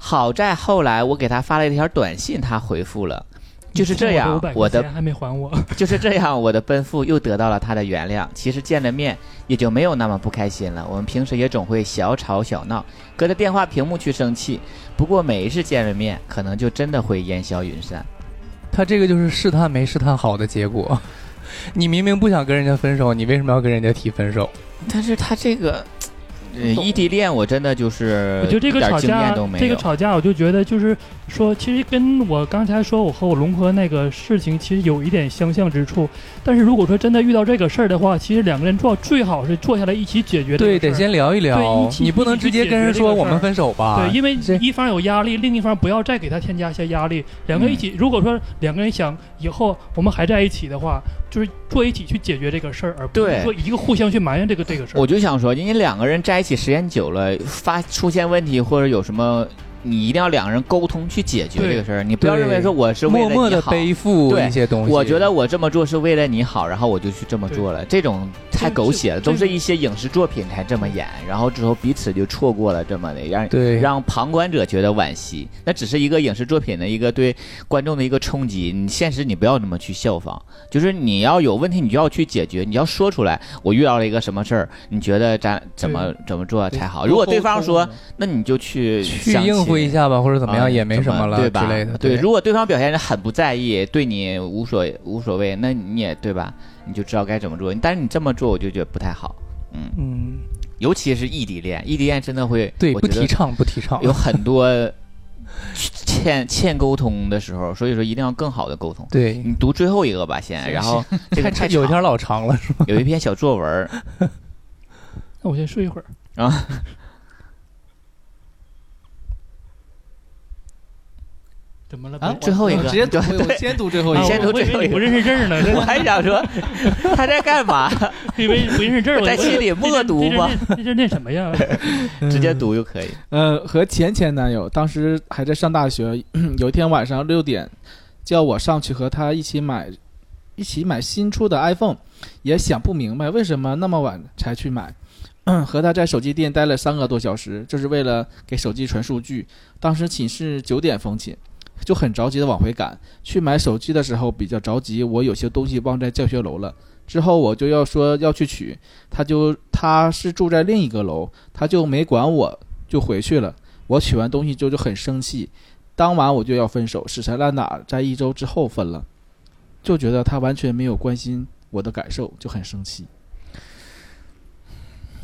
Speaker 3: 好在后来我给他发了一条短信，他回复了。就是这样，我
Speaker 7: 我
Speaker 3: 的
Speaker 7: 还没还我，
Speaker 3: 就是这样，我的奔赴又得到了他的原谅。其实见了面也就没有那么不开心了。我们平时也总会小吵小闹，隔着电话屏幕去生气。不过每一次见了面，可能就真的会烟消云散。
Speaker 5: 他这个就是试探没试探好的结果。你明明不想跟人家分手，你为什么要跟人家提分手？
Speaker 3: 但是他这个，呃，异地恋我真的就是
Speaker 7: 我觉得这
Speaker 3: 一
Speaker 7: 个
Speaker 3: 点
Speaker 7: 吵
Speaker 3: 经验
Speaker 7: 架
Speaker 3: 都没，有。
Speaker 7: 这个吵架，我就觉得就是说，其实跟我刚才说我和我龙哥那个事情，其实有一点相像之处。但是如果说真的遇到这个事儿的话，其实两个人做最好是坐下来一起解决这个
Speaker 5: 对，
Speaker 7: 事儿。
Speaker 5: 得先聊一
Speaker 7: 对
Speaker 5: 聊
Speaker 7: 一，起
Speaker 5: 你不能直接跟人说我们分手吧
Speaker 7: 对，？因为
Speaker 5: 这
Speaker 7: 一方有压力，另一方不要再给他添加一些压力。两个人一
Speaker 5: 嗯
Speaker 7: 起，如果说两个人想以后我们还在一起的话，就是坐一起去解决这个事儿，而不
Speaker 3: 对
Speaker 7: 是说一个互相去埋怨这个这个事儿。
Speaker 3: 我就想说，因为两个人在一起时间久了，发出现问题或者有什么，你一定要两个人沟通去解决
Speaker 7: 对
Speaker 3: 这个事儿。你不要
Speaker 5: 对
Speaker 3: 认为说我是为
Speaker 5: 默
Speaker 3: 了
Speaker 5: 默
Speaker 3: 你
Speaker 5: 的
Speaker 3: 好。
Speaker 5: 背负
Speaker 3: 对
Speaker 5: 一些东西。
Speaker 3: 我觉得我这么做是为了你好，然后我就去这么做了。这种太狗血了，
Speaker 7: 这
Speaker 3: 都
Speaker 7: 这
Speaker 3: 是一些影视作品才这么演，然后之后彼此就错过了这么的，让
Speaker 5: 对，
Speaker 3: 让旁观者觉得惋惜。那只是一个影视作品的一个对观众的一个冲击，你现实你不要那么去效仿，就是你要有问题你就要去解决，你要说出来。我遇到了一个什么事儿，你觉得咱怎么怎么做才好？如果对方
Speaker 4: 呃
Speaker 3: 说，那你就去
Speaker 5: 去
Speaker 3: 相
Speaker 5: 应付
Speaker 3: 亲
Speaker 5: 一下吧，或者怎么
Speaker 3: 啊
Speaker 5: 样也没什么了
Speaker 3: 对吧？
Speaker 5: 之类的。
Speaker 3: 对，如果对方表现得很不在意，对你无所无所谓，那你也对吧？你就知道该怎么做。但是你这么做，我就觉得不太好。嗯，
Speaker 5: 嗯，
Speaker 3: 尤其是异地恋，异地恋真的会，
Speaker 5: 对，
Speaker 3: 我
Speaker 5: 不
Speaker 3: 觉
Speaker 5: 提
Speaker 3: 得
Speaker 5: 倡，不提倡。
Speaker 3: 有很多欠欠沟通的时候，所以说一定要更好的沟通。
Speaker 5: 对，
Speaker 3: 你读最后一个吧，先，然后这个嗯太
Speaker 5: 有
Speaker 3: 长
Speaker 5: 点老长了，是吧？
Speaker 3: 有一篇小作文儿，
Speaker 7: 那我先睡一会儿。 怎么了？
Speaker 4: 啊，
Speaker 3: 最后一个
Speaker 4: 我直接读，
Speaker 3: 对
Speaker 4: 我先读最后一
Speaker 7: 啊
Speaker 4: 个
Speaker 3: 你。先读
Speaker 7: 我我以
Speaker 3: 最后一个
Speaker 7: 为你不认识字儿呢，
Speaker 3: 我还想说他在干嘛，
Speaker 7: 这以为不认识字儿，我
Speaker 3: 在心里默读吧。
Speaker 7: 这这这念什么 呀？
Speaker 3: 直接读就可以。
Speaker 4: 呃，和前前男友当时还在上大学， 有一天晚上六点，叫我上去和他一起买，一起买新出的 iPhone，也想不明白为什么那么晚才去买。 和他在手机店待了三个多小时，就是为了给手机传数据。当时寝室九点封寝，就很着急的往回赶。去买手机的时候比较着急，我有些东西忘在教学楼了。之后我就要说要去取，他就他是住在另一个楼，他就没管我，就回去了。我取完东西之后就很生气，当晚我就要分手，死缠烂打，在一周之后分了，就觉得他完全没有关心我的感受，就很生气。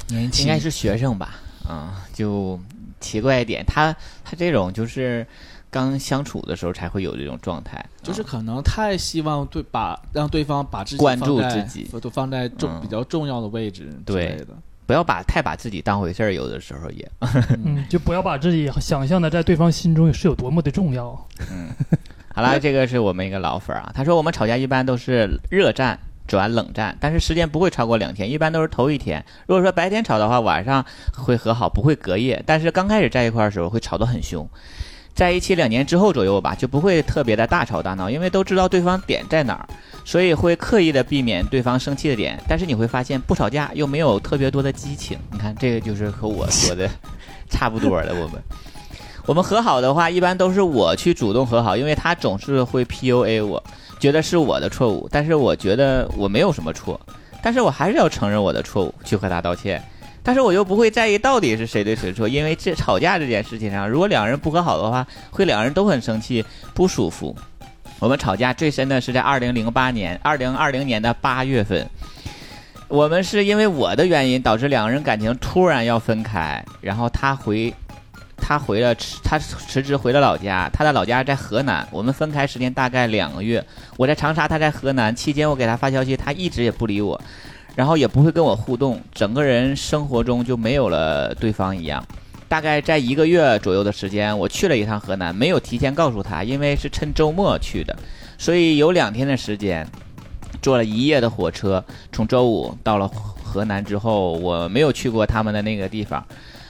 Speaker 4: 年
Speaker 3: 应
Speaker 4: 轻
Speaker 3: 该是学生吧，啊、就奇怪一点，他他这种就是刚相处的时候才会有这种状态，
Speaker 4: 就是
Speaker 3: 啊
Speaker 4: 可能太希望对把让对方把自己
Speaker 3: 关注
Speaker 4: 放在
Speaker 3: 自己
Speaker 4: 都放在重、
Speaker 3: 嗯
Speaker 4: 比较重要的位置之
Speaker 3: 对
Speaker 4: 类的。
Speaker 3: 不要把太把自己当回事儿，有的时候也，
Speaker 7: 嗯，就不要把自己想象的在对方心中是有多么的重要。
Speaker 3: 嗯， 好啦，这个是我们一个老粉儿啊，他说我们吵架一般都是热战。转冷战，但是时间不会超过两天，一般都是头一天。如果说白天吵的话，晚上会和好，不会隔夜。但是刚开始在一块儿的时候会吵得很凶，在一起两年之后左右吧，就不会特别的大吵大闹，因为都知道对方点在哪儿。所以会刻意的避免对方生气的点，但是你会发现不吵架又没有特别多的激情。你看，这个就是和我说的 差不多了。我们我们和好的话，一般都是我去主动和好，因为他总是会 PUA 我，觉得是我的错误，但是我觉得我没有什么错，但是我还是要承认我的错误，去和他道歉。但是我又不会在意到底是谁对谁错，因为这吵架这件事情上，如果两人不和好的话，会两人都很生气，不舒服。我们吵架最深的是在二零零八年、二零二零年的八月份，我们是因为我的原因导致两个人感情突然要分开，然后他回。他回了辞，他辞职回了老家，他的老家在河南。我们分开时间大概两个月，我在长沙，他在河南。期间我给他发消息，他一直也不理我，然后也不会跟我互动，整个人生活中就没有了对方一样。大概在一个月左右的时间，我去了一趟河南，没有提前告诉他，因为是趁周末去的，所以有两天的时间，坐了一夜的火车，从周五到了河河南之后，我没有去过他们的那个地方，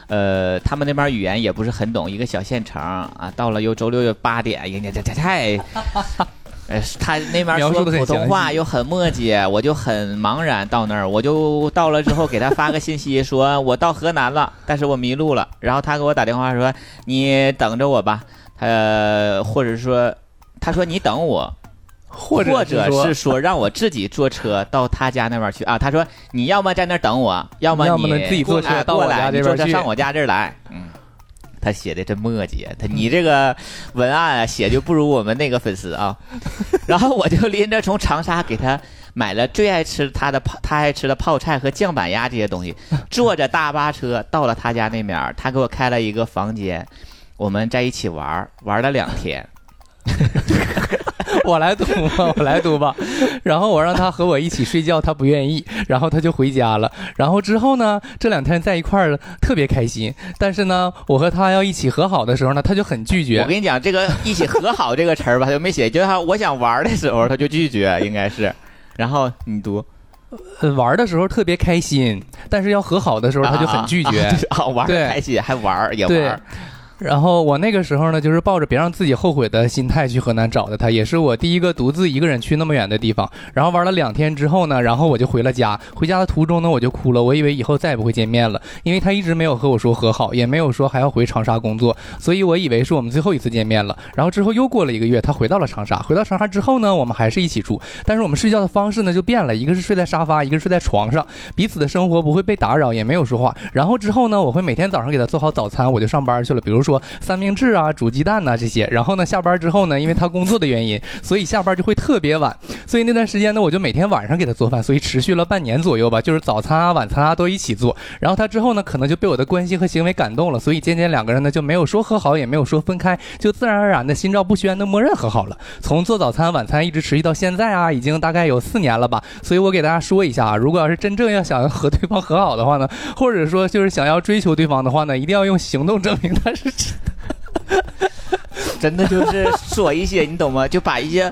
Speaker 3: 呃，他们那边语言也不是很懂，一个小县城啊，到了又周六又八点，哎呀呀呀呀呀！呃，他那边
Speaker 5: 描
Speaker 3: 说
Speaker 5: 述得很
Speaker 3: 普通
Speaker 5: 详
Speaker 3: 话
Speaker 5: 细
Speaker 3: 又很墨迹，我就很茫然。到那儿，我就到了之后给他发个信息说我到河南了，但是我迷路了。然后他给我打电话说你等着我吧，呃，或者说他说你等我，
Speaker 5: 或
Speaker 3: 或
Speaker 5: 者
Speaker 3: 者是说让我自己坐车到他家那边去啊。他说你要么在那儿等我，要么
Speaker 5: 要
Speaker 3: 你
Speaker 5: 么呢自己坐车
Speaker 3: 哎
Speaker 5: 到
Speaker 3: 过
Speaker 5: 我家
Speaker 3: 来，
Speaker 5: 这
Speaker 3: 你
Speaker 5: 边
Speaker 3: 坐车
Speaker 5: 去
Speaker 3: 上我家这儿来。嗯，他写的真墨迹，他你这个文案啊写就不如我们那个粉丝啊。 然后我就拎着从长沙给他。买了最爱吃他的泡，他爱吃的泡菜和酱板鸭这些东西，坐着大巴车到了他家那面儿，他给我开了一个房间，我们在一起玩儿，玩了两天，
Speaker 5: 我来读吧，我来读吧。 然后我让他和我一起睡觉，他不愿意，然后他就回家了。然后之后呢，这两天在一块儿特别开心，但是呢，我和他要一起和好的时候呢，他就很拒
Speaker 3: 我
Speaker 5: 绝。
Speaker 3: 跟你讲，这个“一起和好”这个词儿吧，他就没写，就是他我想玩儿的时候，他就拒绝，应该是。然后你读，
Speaker 5: 呃玩的时候特别开心，但是要和好的时候他就很拒绝。
Speaker 3: 啊 啊啊啊玩
Speaker 5: 哎对
Speaker 3: 儿开心还玩儿也玩
Speaker 5: 对
Speaker 3: 儿，
Speaker 5: 然后我那个时候呢，就是抱着别让自己后悔的心态去河南找的他，也是我第一个独自一个人去那么远的地方。然后玩了两天之后呢，然后我就回了家。回家的途中呢，我就哭了，我以为以后再也不会见面了，因为他一直没有和我说和好，也没有说还要回长沙工作，所以我以为是我们最后一次见面了。然后之后又过了一个月，他回到了长沙。回到长沙之后呢，我们还是一起住，但是我们睡觉的方式呢就变了，一个是睡在沙发，一个是睡在床上。彼此的生活不会被打扰，也没有说话。然后之后呢，我会每天早上给他做好早餐，我就上班去了。比如说三明治啊、煮鸡蛋呐、这些。然后呢，下班之后呢，因为他工作的原因，所以下班就会特别晚。所以那段时间呢，我就每天晚上给他做饭，所以持续了半年左右吧，就是早餐啊、晚餐啊都一起做。然后他之后呢，可能就被我的关心和行为感动了，所以渐渐两个人呢就没有说和好，也没有说分开，就自然而然的心照不宣的默认和好了。从做早餐、晚餐一直持续到现在啊，已经大概有四年了吧。所以我给大家说一下啊，如果要是真正要想和对方和好的话呢，或者说就是想要追求对方的话呢，一定要用行动证明他是真
Speaker 3: 真的就是说一些，你懂吗？就把一些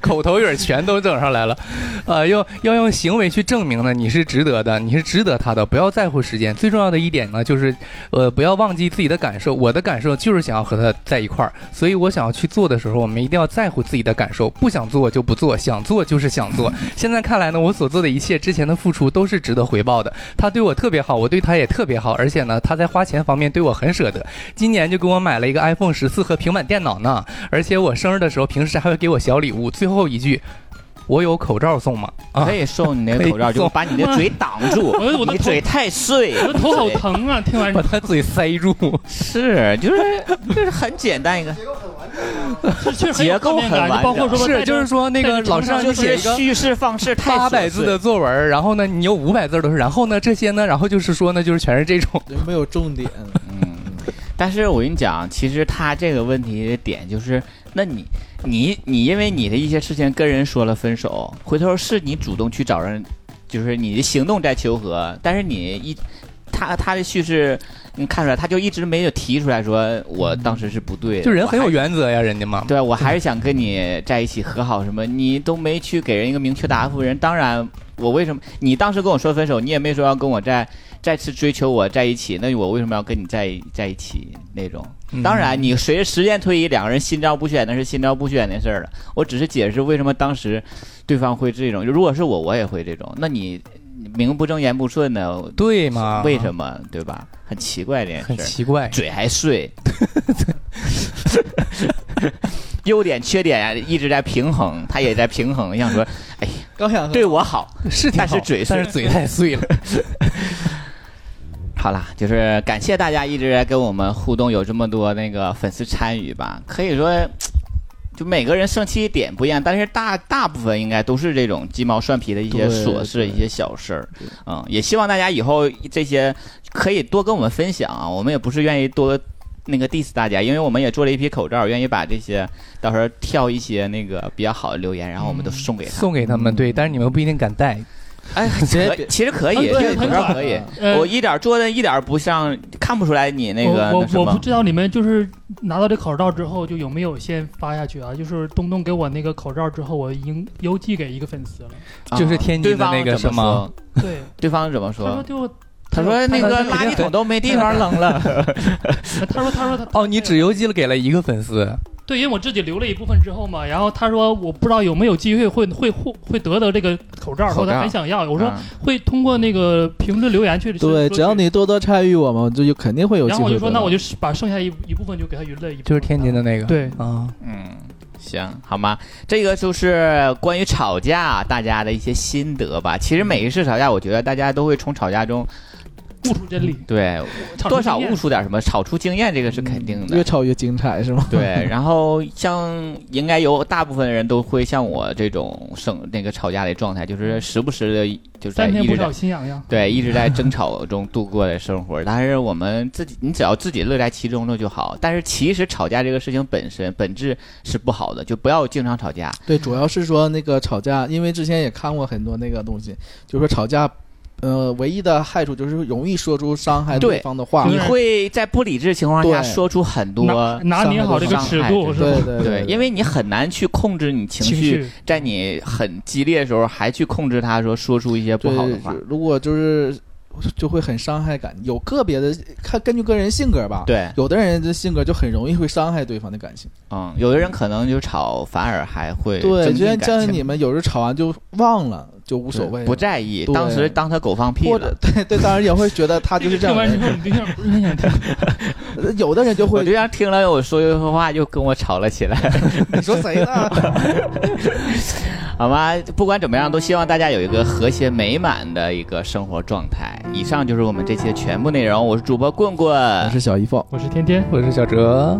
Speaker 5: 口头语儿全都整上来了， 呃，要要用行为去证明呢，你是值得的，你是值得他的，不要在乎时间。最重要的一点呢，就是呃，不要忘记自己的感受。我的感受就是想要和他在一块儿，所以我想要去做的时候，我们一定要在乎自己的感受，不想做就不做，想做就是想做。现在看来呢，我所做的一切之前的付出都是值得回报的。他对我特别好，我对他也特别好，而且呢，他在花钱方面对我很舍得。今年就给我买了一个 iPhone 十四和平板电脑呢。而且我生日的时候，平时还会给我小礼物。最后一句，我有口罩送吗？啊
Speaker 3: 可，以送你那
Speaker 5: 可以
Speaker 3: 个口罩，就
Speaker 5: 送
Speaker 3: 把你的嘴挡住
Speaker 7: 我的我，的
Speaker 3: 你
Speaker 7: 头
Speaker 3: 嘴太碎，
Speaker 7: 我的头好疼啊！听完
Speaker 5: 把他嘴塞住。
Speaker 3: 是就是就是很简单一个，
Speaker 7: 是确实很有画面
Speaker 3: 结构很
Speaker 7: 感，
Speaker 3: 完
Speaker 7: 就包括说说带
Speaker 5: 是，
Speaker 7: 着
Speaker 5: 就是说那个
Speaker 7: 带着
Speaker 5: 老师让
Speaker 3: 就
Speaker 5: 你写
Speaker 3: 是
Speaker 5: 一个。
Speaker 3: 叙事方式太
Speaker 5: 八
Speaker 3: 琐
Speaker 5: 百字
Speaker 3: 碎
Speaker 5: 的作文，然后呢，你有五百字都是，然后呢，这些呢，然后就是说呢，就是全是这种，
Speaker 4: 就没有重点。
Speaker 3: 嗯，但是我跟你讲，其实他这个问题的点就是，那你你你因为你的一些事情跟人说了分手，回头是你主动去找人，就是你的行动在求和，但是你一他他的叙事，你看出来他就一直没有提出来说我当时是不对的，
Speaker 5: 嗯就人很
Speaker 3: 我
Speaker 5: 有
Speaker 3: 还。
Speaker 5: 原则呀，人家嘛。
Speaker 3: 对啊，我还是想跟你在一起和好，什么你都没去给人一个明确答复，人当然我为什么你当时跟我说分手，你也没说要跟我再再次追求我在一起，那我为什么要跟你在一在一起那种？
Speaker 5: 嗯
Speaker 3: 当然，你随着时间推移，两个人心照不宣那是心照不宣的事儿了。我只是解释为什么当时对方会这种，如果是我，我也会这种。那你名不正言不顺的，
Speaker 5: 对嘛，
Speaker 3: 为
Speaker 5: 么
Speaker 3: 什么对吧？很奇怪这件
Speaker 5: 很
Speaker 3: 事儿。
Speaker 5: 奇怪？
Speaker 3: 嘴还碎， 优点缺点啊一直在平衡，他也在平衡，想说哎
Speaker 4: 刚想
Speaker 3: 对我好。
Speaker 5: 是挺好，
Speaker 3: 但是嘴碎
Speaker 5: 但是嘴太碎了。
Speaker 3: 好啦，就是感谢大家一直在跟我们互动，有这么多那个粉丝参与吧，可以说。就每个人生气点不一样，但是大大部分应该都是这种鸡毛蒜皮的一些
Speaker 4: 对
Speaker 3: 琐事、
Speaker 4: 对
Speaker 3: 一些小事儿，嗯，也希望大家以后这些可以多跟我们分享啊，我们也不是愿意多那个 diss 大家，因为我们也做了一批口罩，愿意把这些到时候
Speaker 4: 嗯
Speaker 3: 挑一些那个比较好的留言，然后我们都送给他。
Speaker 5: 送给他们，对，但是你们不一定敢戴。
Speaker 3: 哎，
Speaker 4: 别
Speaker 3: 可其实可以，
Speaker 7: 很
Speaker 3: 这个口
Speaker 7: 很
Speaker 3: 罩
Speaker 7: 短
Speaker 3: 可
Speaker 4: 啊
Speaker 3: 以。
Speaker 7: 呃
Speaker 3: 我一点儿说的一点儿不像，看不出来你那个
Speaker 7: 我
Speaker 3: 那什
Speaker 7: 我我
Speaker 3: 么
Speaker 7: 不。知道你们就是拿到这口罩之后，就有没有先发下去啊？就是东东给我那个口罩之后，我已经邮寄给一个粉丝了。
Speaker 3: 啊
Speaker 5: 就是天津的那个是吗？
Speaker 7: 对，
Speaker 3: 对方怎么
Speaker 7: 他说
Speaker 3: 说？
Speaker 7: 对我，
Speaker 3: 他说那个垃圾桶都没地方扔了。
Speaker 7: 他说他说他
Speaker 5: 哦，你只邮寄了给了一个粉丝，
Speaker 7: 对，因为我自己留了一部分之后嘛，然后他说我不知道有没有机会会会会会得到这个口罩，
Speaker 3: 口罩
Speaker 7: 说他很想要，我说
Speaker 3: 啊
Speaker 7: 会通过那个评论留言去
Speaker 4: 对，只要。你多多参与我们，这就肯定会有机
Speaker 7: 然
Speaker 4: 会
Speaker 7: 后
Speaker 4: 的。
Speaker 7: 我就说，那我就把剩下一一部分就给他匀了一部分。
Speaker 5: 就是天津的那个。
Speaker 7: 对，
Speaker 5: 啊，
Speaker 3: 嗯，行，好吗？这个就是关于吵架大家的一些心得吧。其实每一次吵架，我觉得大家都会从吵架中
Speaker 7: 悟出真理，
Speaker 3: 对
Speaker 7: 场
Speaker 3: 多
Speaker 7: 上
Speaker 3: 少
Speaker 7: 经验
Speaker 3: 悟出点什么，吵出经验，这个是肯定的。
Speaker 4: 嗯越吵越精彩是吗？
Speaker 3: 对，然后像应该有大部分人都会像我这种生那个吵架的状态，就是时不时的就是在
Speaker 7: 三天
Speaker 3: 一
Speaker 7: 不
Speaker 3: 直在
Speaker 7: 吵心痒痒。
Speaker 3: 对一直在争吵中度过的生活。但是我们自己，你只要自己乐在其中了就好。但是其实吵架这个事情本身本质是不好的，就不要经常吵架。
Speaker 4: 对，主要是说那个吵架，因为之前也看过很多那个东西，就是说吵架，呃，唯一的害处就是容易说出伤害
Speaker 3: 对
Speaker 4: 对方的话。
Speaker 3: 你会在不理智的情况下
Speaker 4: 对
Speaker 3: 说出很多
Speaker 7: 拿。拿捏好这个尺度是吧？
Speaker 4: 对对
Speaker 3: 对，因为你很难去控制你情
Speaker 7: 情
Speaker 3: 绪，在你很激烈的时候还去控制它，说说出一些不
Speaker 4: 对
Speaker 3: 好的话。
Speaker 4: 如果就是就会很伤害感。有个别的看根据个人性格吧，，
Speaker 3: 对，
Speaker 4: 有的人的性格就很容易会伤害对方的感情。
Speaker 3: 嗯，有的人可能就吵，反而还会增
Speaker 4: 对，就
Speaker 3: 进
Speaker 4: 像
Speaker 3: 感
Speaker 4: 像
Speaker 3: 情
Speaker 4: 你们有时候吵完就忘了，就无所谓了，
Speaker 3: 不在意，
Speaker 4: 对
Speaker 3: 当时当他狗放屁
Speaker 4: 或
Speaker 3: 了
Speaker 4: 者。对对，当然也会觉得他就是这样
Speaker 7: 听完之
Speaker 4: 的 人。
Speaker 7: 后，你对象不是很想听。
Speaker 4: 呃有的人就
Speaker 3: 我
Speaker 4: 会
Speaker 3: 对象听了我说这句话，又跟我吵了起来，
Speaker 4: 你说谁呢？
Speaker 3: 好吗？不管怎么样，都希望大家有一个和谐美满的一个生活状态。以上就是我们这期的全部内容，我是主播棍
Speaker 4: 我
Speaker 3: 棍。
Speaker 4: 是小姨凤。
Speaker 7: 我是天天。
Speaker 5: 我是小哲，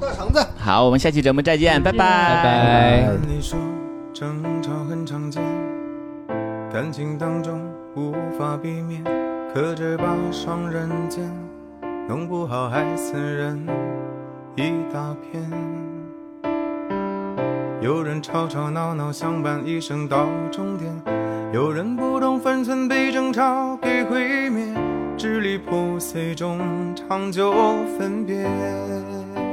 Speaker 6: 大肠子。
Speaker 3: 好，我们下期节目再见，拜
Speaker 5: 拜拜。
Speaker 2: 你说争吵很常见，感情当中无法避免，可这把伤人间，弄不好还损人一大片。有人吵吵闹闹相伴一生到终点，有人不懂分寸被争吵给毁灭，支离破碎中长久分别。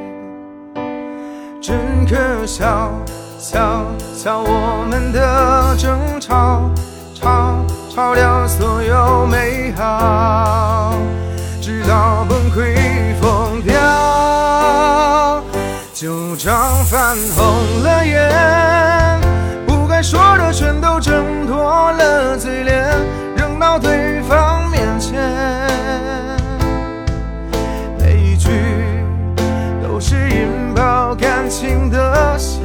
Speaker 2: 真可笑，笑笑我们的争吵，吵吵掉所有美好，直到崩溃疯掉，就涨泛红了眼，不该说的全都挣脱了嘴脸，扔到对方面前。每一句都是引爆感情的线，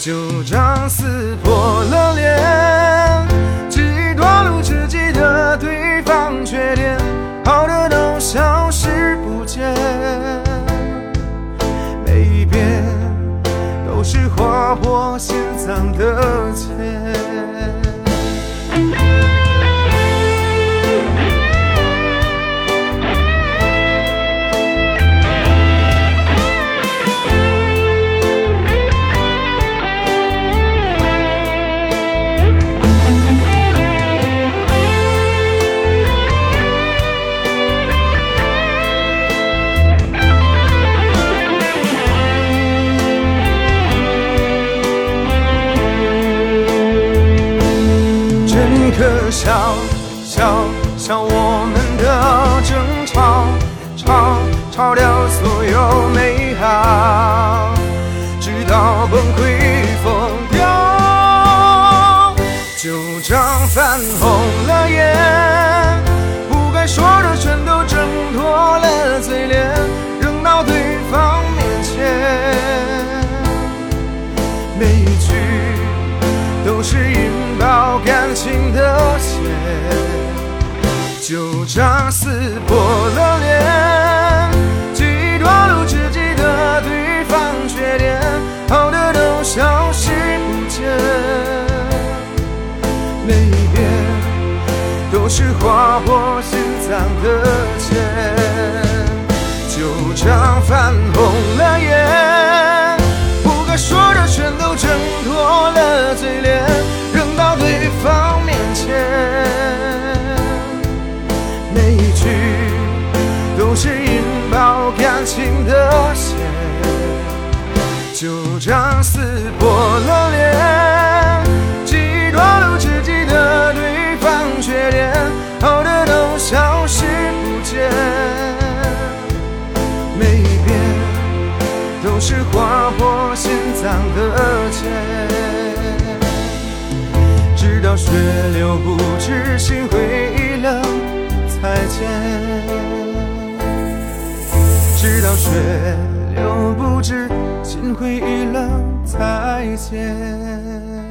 Speaker 2: 就这样撕破了脸，自己多路自己的对方缺点，好的都消失不见，每一遍都是划破心脏的茧。真可笑，笑笑我们的争吵，吵吵掉所有美好，直到崩溃疯掉，就这样泛红了眼，不该说的全都挣脱了嘴脸，扔到对方面前，每一句。都是引爆感情的线，就这样撕破了脸，记忆夺路自己的对方缺点，好的都消失不见，每一遍都是划破心脏的茧。就这样泛红了眼，不该说的全都挣脱了嘴脸，扔到对方场撕破了脸，极端都只记得对方缺点，好的都消失不见，没变，都是划破心脏的茧。直到血流不止，心灰意冷，再见。直到血流不止，心灰意冷，再见。